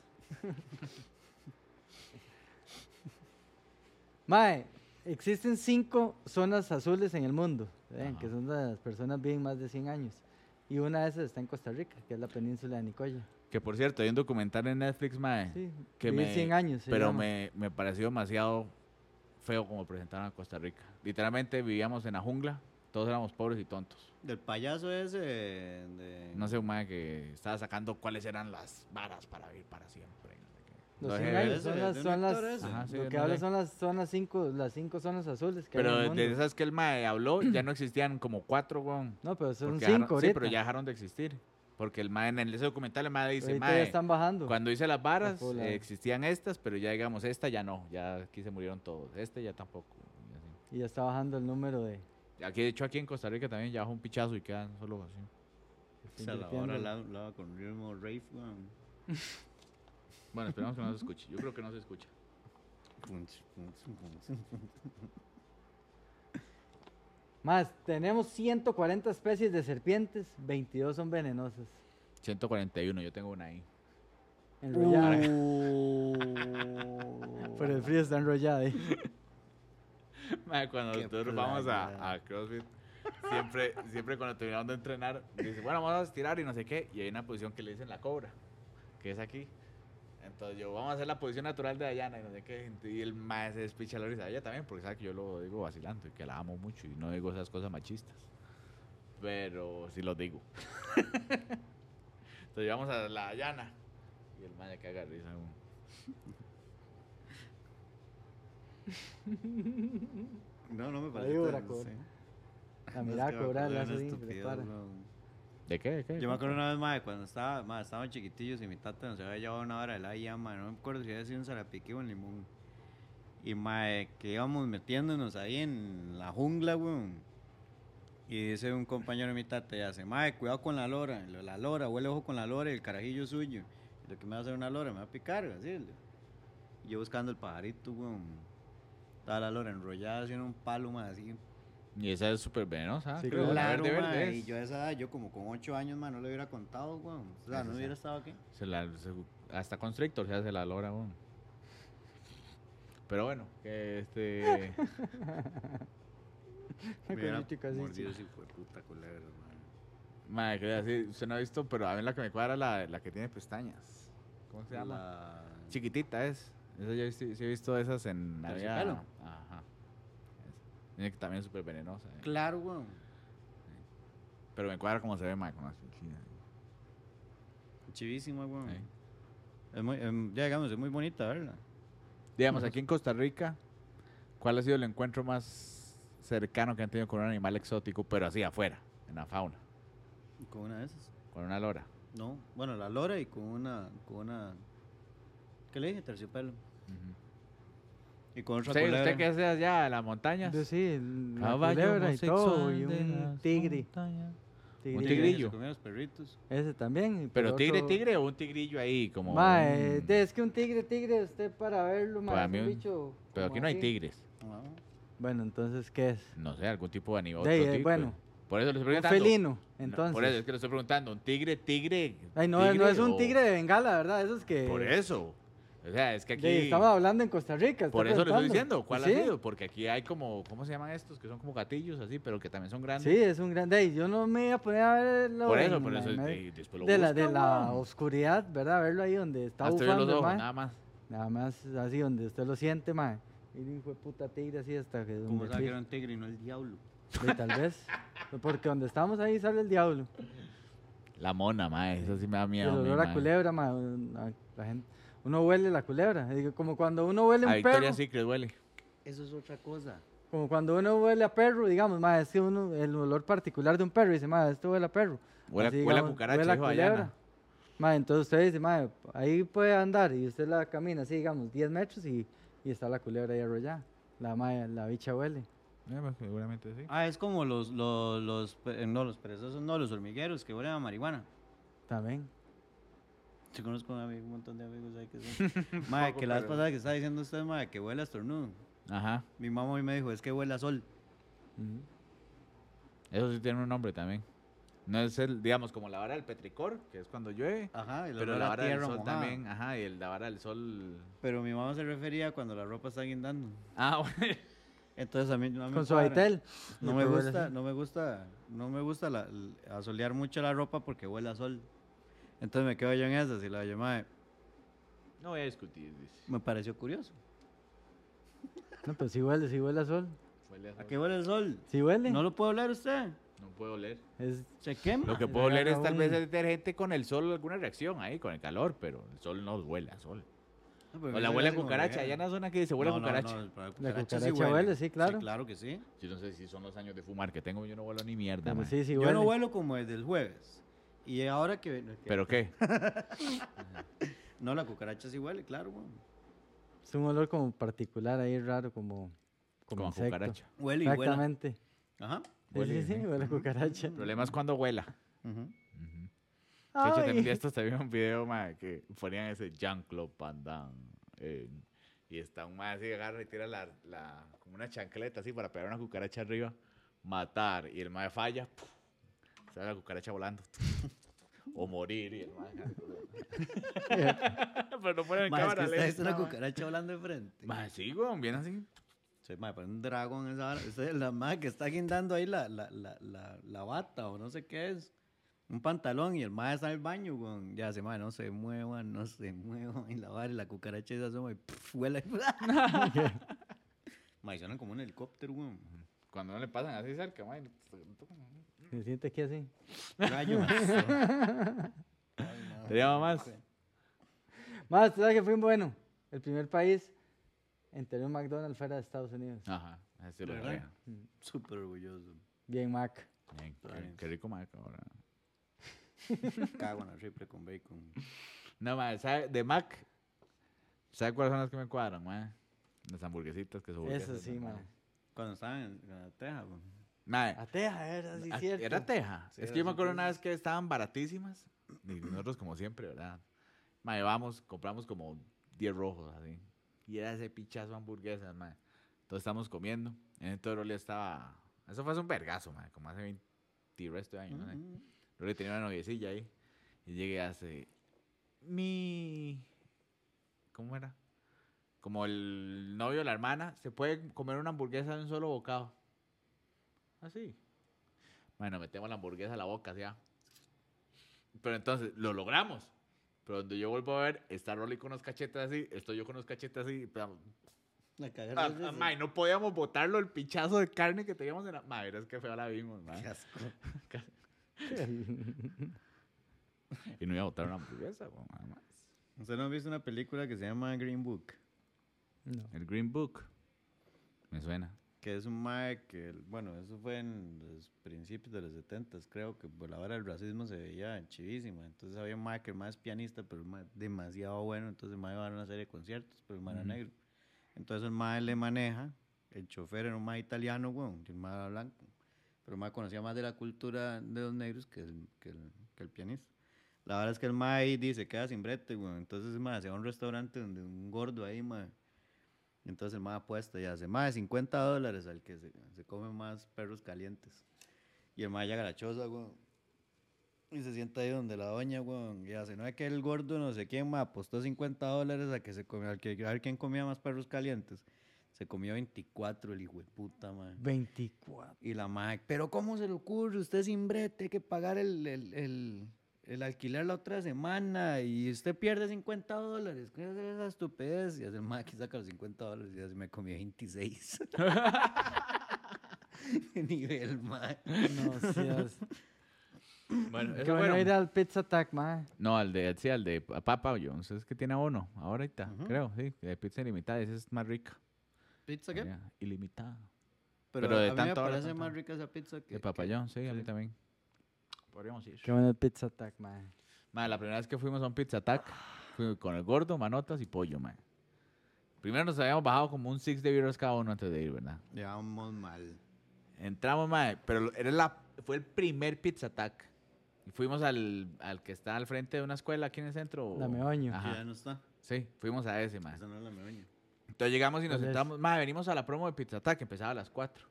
Mae, existen cinco zonas azules en el mundo, ¿saben?
Ajá.
que son donde las personas viven más de 100 años. Y una de esas está en Costa Rica, que es la península de Nicoya.
Que por cierto, hay un documental en Netflix, mae.
Sí,
Eh, que
vivir
me-
100 años. se
Pero
llama.
me, me pareció demasiado feo como presentaron a Costa Rica. Literalmente vivíamos en la jungla, todos éramos pobres y tontos.
Del payaso ese. De...
No sé, un mae que estaba sacando cuáles eran las varas para vivir para siempre. y no sé qué.
Los
Lo
100
dejé de ver.
años
ese,
son
de
las,
un
son
actor
las-
ese.
Ajá, sí,
lo que
no
habla
sé.
son las son las cinco, las cinco zonas azules que hay en el
Pero
mundo.
de esas que el mae habló, ya no existían como cuatro, weón.
No, pero son
Porque
cinco
dejaron-
ahorita.
Sí, pero ya dejaron de existir. Porque el mae en el- ese documental el mae dice,
Ahorita ya
mae,
están bajando.
cuando hice las varas
poblado.
eh, existían estas, pero ya digamos, esta ya no, ya aquí se murieron todos, este ya tampoco. y así.
Y ya está bajando el número de.
Aquí, de hecho, aquí en Costa Rica también ya bajó un pichazo y quedan solo así.
Se
Se la
invirtiendo.
hora la, la con ritmo rave, weón.
Bueno, esperamos que no se escuche. Yo creo que no se escucha.
punch, punch, punch.
Más, tenemos 140 especies de serpientes, 22 son venenosas.
141, yo tengo una ahí.
Enrolladas. [LAUGHS]
Uh.
Por el frío está enrollada eh. ahí.
Mae, cuando
Qué
nosotros vamos a,
playa.
a CrossFit, siempre, siempre cuando terminamos de entrenar, dice, bueno, vamos a estirar y no sé qué. Y hay una posición que le dicen la cobra, que es aquí. Entonces yo, vamos a hacer la posición natural de Dayana y no sé qué. Y el mae se despicha la risa. Ella también, porque sabe que yo lo digo vacilando y que la amo mucho y no digo esas cosas machistas. Pero sí lo digo. Entonces llevamos a la Dayana y el mae caga de risa. güey.
No, no me
Ahí
parece.
hubiera
tan-
cobrado.
sí.
La
Es que
mirada cobrar,
me acordé de
la
una
así,
estupidez,
prepara.
weón.
¿De qué? ¿De qué?
Yo me acuerdo una vez, madre, cuando estaba, madre, estábamos chiquitillos y mi tata nos había llevado una hora de la guía, madre, no me acuerdo si había sido un zarapiquí o un limón. Y, madre, que íbamos metiéndonos ahí en la jungla, weón. Y dice un compañero de mi tata, y hace, madre, cuidado con la lora, lo- la lora, huele ojo con la lora y el carajillo es suyo. Lo que me va a hacer una lora, me va a picar, así. Y Yo buscando el pajarito, weón. Estaba la lora enrollada, haciendo un palo, madre, así,
Y esa es súper venenosa.
Sí,
creo, la
claro,
verde,
mae,
verde es.
y yo a esa edad, yo como con 8 años, más no le hubiera contado, weón. O sea,
Sí,
no
sí,
hubiera
sí.
estado aquí.
Se la, se- hasta Constrictor se hace la lora, weón. Pero bueno, que este.
[LAUGHS] Me
hubiera
acuerdo, chico, así,
mordido
sí.
ese hijo de puta culebra, man.
madre, que así, usted no ha visto, pero a mí la que me cuadra es la, la que tiene pestañas. ¿Cómo se llama?
La...
Chiquitita es. Esa yo he visto- sí he visto esas en Navidad.
Terciopelo.
Ajá. Esa. Tiene que también es súper venenosa. eh.
Claro, weón.
Pero me cuadra como se ve, madre. con las- sí,
Chivísima, weón.
ahí.
Es muy, em, ya digamos, es muy bonita, ¿verdad?
Digamos, aquí en Costa Rica, ¿cuál ha sido el encuentro más cercano que han tenido con un animal exótico, pero así afuera, en la fauna,
Con una de esas.
con una lora?
No, bueno, la lora y con una, con una... ¿Qué le dije? Terciopelo. Y con otra
¿Usted,
culebra.
usted que es de allá, de las montañas?
Yo sí, la
Caballo
culebra y todo, y
Ah, homosexual de
un
las
tigre.
montañas.
tigrillo.
Un
Sí,
tigrillo.
que se comían los perritos.
Ese también. y
¿Pero
por
tigre,
otro-
tigre o un tigrillo ahí? como
Ma,
un-
eh, de- es que un tigre, tigre, usted para verlo, ma,
Para
es
mí
un
un-
bicho
Pero
como
aquí no hay
así.
tigres.
Ah,
Bueno, entonces, ¿qué es?
No sé, algún tipo de animal.
De ahí,
otro
eh,
tipo.
bueno,
Por eso le estoy
Un
preguntando.
felino,
No,
entonces.
por eso es que le estoy preguntando. ¿Un tigre, tigre?
Ay, no, no es un
o-
tigre de Bengala, ¿verdad? Eso es que...
Por eso. O sea, es que aquí.
de- estamos hablando en Costa Rica. está
Por eso le estoy
preguntando.
diciendo, ¿cuál
Sí,
ha sido? Porque aquí hay como, ¿cómo se llaman estos? Que son como gatillos así, pero que también son
Sí,
grandes.
es un gran... de ahí, yo no me iba a poner a verlo
por eso,
en
por
la-
eso.
en la-
y después lo
de la,
buscan,
de la
weón.
oscuridad, ¿verdad? Verlo ahí donde está
Hasta ver
bufando,
los ojos,
ma.
nada más.
Nada más así donde usted lo siente, mae. Y un hijo de puta tigre así hasta que...
Como
donde
sabe que
pisa.
era un tigre y no el diablo.
Sí, tal
[LAUGHS]
vez. Porque donde estamos ahí sale el diablo.
La mona, ma, eso sí me da
Y
miedo.
el
a mí,
olor a
ma.
culebra, ma, un- a- la gente- uno huele la culebra. Digo, como cuando uno huele
A
un perro.
Victoria Secret huele.
Eso es otra cosa.
Como cuando uno huele a perro, digamos, ma, es que uno, el olor particular de un perro, dice, ma, esto huele a perro.
Huele, a-
Así,
huele a
digamos,
cucaracha,
huele a
dijo
culebra.
Dayana.
Ma, entonces usted dice, ma, ahí puede andar y usted la camina así, digamos, 10 metros y, y está la culebra ahí arrollada. La, ma, la bicha huele.
Eh, pues, seguramente sí.
Ah, es como los, los, los, pe- eh, no, los perezosos, no, los hormigueros que huelen a marihuana.
También.
Yo conozco un, amigo- un montón de amigos ahí
[LAUGHS]
que son. madre, que la vez pasada que estaba diciendo usted, madre, que huele a estornudo.
Ajá.
Mi mamá hoy me dijo, es que huele a sol.
Ujú.
Eso sí tiene un nombre también. No es el, digamos, como la vara del petricor, que es cuando llueve.
Ajá, y
Pero
olor
la
a
vara del
tierra
sol
mojada.
también, ajá, y el, la vara del sol.
Pero mi mamá se refería a cuando la ropa está guindando.
Ah, [LAUGHS] bueno.
Entonces a mí no me
Con su
cuadra.
aitel. pues
No me gusta, no me gusta, no me gusta la, l- asolear mucho la ropa porque huele a sol. Entonces me quedo yo en esas y la llamada
No voy a discutir, dice.
me pareció curioso.
No, pero si huele, si huele a sol.
Huele a
¿A
sol.
qué huele el sol?
Si huele.
¿No lo puede oler usted?
No puedo oler.
Es
¿Se quema?
Lo que
le
puedo oler
agarra
es tal vez
un-
el detergente con el sol, alguna reacción ahí, con el calor, pero el sol no huele a sol.
No,
Pues
pero
O
a mí
la
se me
huele a
hace como
cucaracha,
ligero.
allá en la zona que dice huele a
No, no,
cucaracha.
no, pero la
cucaracha huele, sí, claro.
claro que sí.
Yo no sé si son los años de fumar que tengo, yo no huelo ni mierda,
Ah,
Pero
mae.
sí, sí
Yo no
huele.
huelo como desde el jueves. Y ahora que... que-
¿Pero
[LAUGHS]
qué?
No, la cucaracha sí huele, claro, weón.
Es un olor como particular ahí, raro, como. Como,
Como a
insecto.
cucaracha.
Huele y huele.
Exactamente.
Ajá.
Sí,
Huele,
sí, sí,
sí.
huele a cucaracha.
El problema es cuando huela.
ujú.
De hecho,
Ay.
también de estos también un video, mae, que ponían ese Jean-Claude Van Damme en Y está un mae así, agarra y tira la, la- como una chancleta así para pegar una cucaracha arriba, matar. Y el mae falla, ¡puf! sale la cucaracha volando. o morir. Y el mae.
[LAUGHS]
[LAUGHS] Pero no ponen en
Mae, es
Eh, cámara
que
lenta,
usted es una
mae.
cucaracha volando de frente.
Mae, sí, weón, viene así.
Sí, mae, pero un dragón esa vara. Esa es la madre que está guindando ahí la, la, la, la, la bata o no sé qué es. Un pantalón y el mae está en el baño, weón. Ya se mae, no se muevan, no se muevan. Y la vara y la cucaracha se asoma y pff, huele. [LAUGHS] mae, suena como un helicóptero, weón.
Cuando no le pasan así cerca, mae.
Se siente aquí así.
Rayo.
Teníamos más.
Más, ¿sabes que fue un bueno? El primer país en tener un McDonald's fuera de Estados Unidos.
Ajá, así lo
¿Verdad?
sabía.
Súper orgulloso.
Bien, Mac.
Bien, qué, qué rico, mae, ahora.
Cago en la triple con bacon.
No, mae, ¿sabe? de Mac, ¿sabe cuáles son las que me cuadran, mae? Las hamburguesitas que son
Eso sí, mae.
Cuando estaban en Inglaterra, weón.
Mae,
Ateja, era sí,
Ah,
cierto.
Era Teja.
Sí,
es
era
que yo me
así,
acuerdo una vez que estaban baratísimas. Y
[CLEARS THROAT]
nosotros, como siempre, ¿verdad? Mae, vamos, compramos como 10 rojos así. Y era ese pichazo de hamburguesas, mae. Entonces estamos comiendo. En el Rolly estaba. Eso fue hace un vergazo, mae. Como hace 20 y resto de años, no sé.
Mm.
Rolly tenía una noviecilla ahí. Y llegué hace. Mi. ¿Cómo era? Como el novio o la hermana, se puede comer una hamburguesa de un solo bocado. Así. Bueno, metemos la hamburguesa a la boca, ¿sí? ah. Pero entonces, lo logramos. Pero donde yo vuelvo a ver, está Rolly con los cachetes así, estoy yo con los cachetes así. pero-
La
Ah,
cagaron.
ah, mae, no podíamos botarlo el pinchazo de carne que teníamos en la. Madre, es que feo la vimos, mae. Y no iba a botar una hamburguesa, weón, nada más.
¿Usted no ha visto una película que se llama Green Book?
[LAUGHS] No.
El Green Book. Me suena.
que es un mae que, el- bueno, eso fue en los principios de los 70 creo que por la hora del racismo se veía chivísima. Entonces había un mae que el mae es pianista, pero el mae es demasiado bueno, entonces el mae va a dar una serie de conciertos, pero el mae era
Ujú.
negro. Entonces el mae le maneja, el chofer era un mae italiano, weón, y el mae era blanco. Pero el mae conocía más de la cultura de los negros que el, que el, que el pianista. La verdad es que el mae ahí dice, queda sin brete, weón. Entonces, el mae se va a un restaurante donde un gordo ahí, mae. Entonces el mae apuesta y hace más de 50 dólares al que se, se come más perros calientes. Y el mae llega a la choza, weón. Y se sienta ahí donde la doña, weón. Y hace, no es que el gordo no sé quién más apostó 50 dólares a que se come, al que a ver quién comía más perros calientes. Se comió 24 el hijo de puta, mae.
24.
Y la mae, pero ¿cómo se le ocurre? Usted sin brete, hay que pagar el, el, el- el alquiler la otra semana y usted pierde 50 dólares. ¿Qué es esa estupidez? Y hace el mae que saca los 50 dólares y hace, me comí [LAUGHS] 26. Qué nivel, mae.
No, seas.
Bueno,
Qué bueno ir al Pizza Attack, mae.
No, al de, sí, al de Pa- Papa Jones, es que tiene abono, ahorita, creo, sí, de pizza ilimitada, esa es más rica.
¿Pizza qué?
sería Ilimitada.
Pero,
Pero de
a mí me
tanto ahora,
parece
tanto.
más rica esa pizza que...
De Papa
que-
John's, sí, a mí
sí.
también. Podríamos ir.
Qué bueno el Pizza Attack, mae.
Ma, la primera vez que fuimos a un Pizza Attack, fui con el gordo, manotas y pollo, man. Primero nos habíamos bajado como un six de birras cada uno antes de ir, ¿verdad?
Llevamos mal.
Entramos, mae, pero lo- era la, fue el primer Pizza Attack. Y fuimos al, al que está al frente de una escuela aquí en el centro.
La Meoño. [LAUGHS]
Que Ya
Ajá, Ah.
no está.
sí, fuimos a ese, mae.
Esa no es
[LAUGHS]
la meoña.
Entonces llegamos y nos
¿Cuál es?
sentamos. Más, venimos a la promo de Pizza Attack, que empezaba a las 4.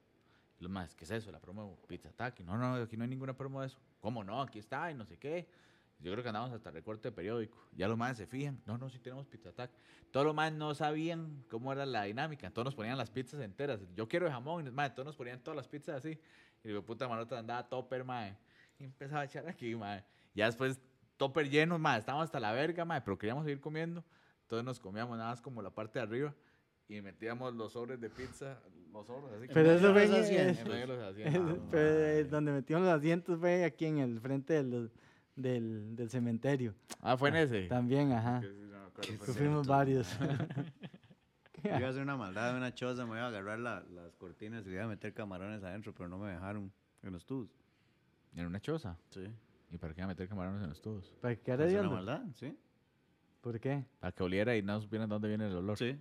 Y los más, ¿qué es eso? La promo de Pizza Attack. Y no, no, aquí no hay ninguna promo de eso. ¿Cómo no? Aquí está y no sé qué. Yo creo que andamos hasta recorte de periódico. Ya los más se fijan. No, no, sí tenemos Pizza Attack. Todos los más no sabían cómo era la dinámica. Entonces nos ponían las pizzas enteras. Yo quiero de jamón. Y, mae, entonces nos ponían todas las pizzas así. Y digo, puta manota, andaba topper, mae. Y empezaba a echar aquí, mae. Ya después, topper lleno, mae. Estábamos hasta la verga, mae. Pero queríamos seguir comiendo. Entonces nos comíamos nada más como la parte de arriba. Y metíamos los sobres de pizza, los sobres así.
Pero eso fue
Empanadas
en-
así,
en-
En medio de los asientos,
[LAUGHS] el-
mae.
fue donde metimos los asientos fue aquí en el frente de los- del, del cementerio.
Ah, fue en ese.
También, ajá.
Que sí, no me acuerdo, fue en ese.
Sufrimos varios. [LAUGHS]
Yo iba a hacer una maldad de una choza, me iba a agarrar la- las cortinas y le iba a meter camarones adentro, pero no me dejaron en los tubos.
En una choza.
Sí.
¿Y para qué iba a meter camarones en los tubos?
¿Para qué era
¿Es una
hediondo?
maldad? Sí.
¿Por qué?
Para que oliera y no supieran dónde viene el olor.
Sí.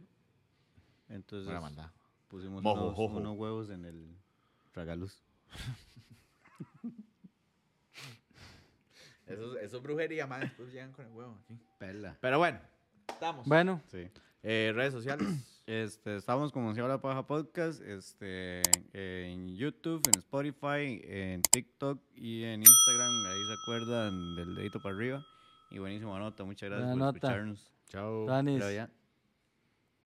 Entonces
Buena maldad.
pusimos
Mojo,
unos,
jojo.
unos huevos en el tragaluz.
Eso, es brujería, más Después llegan con el huevo aquí.
Pela.
Pero bueno, estamos.
Bueno,
Sí.
Eh, redes sociales.
Este, estamos como Si Habla Paja Podcast, este, en YouTube, en Spotify, en TikTok y en Instagram. Ahí se acuerdan del dedito para arriba. Y buenísima nota, muchas gracias
Buena
por
nota.
escucharnos.
Chao.
Tuanis.
Pero ya.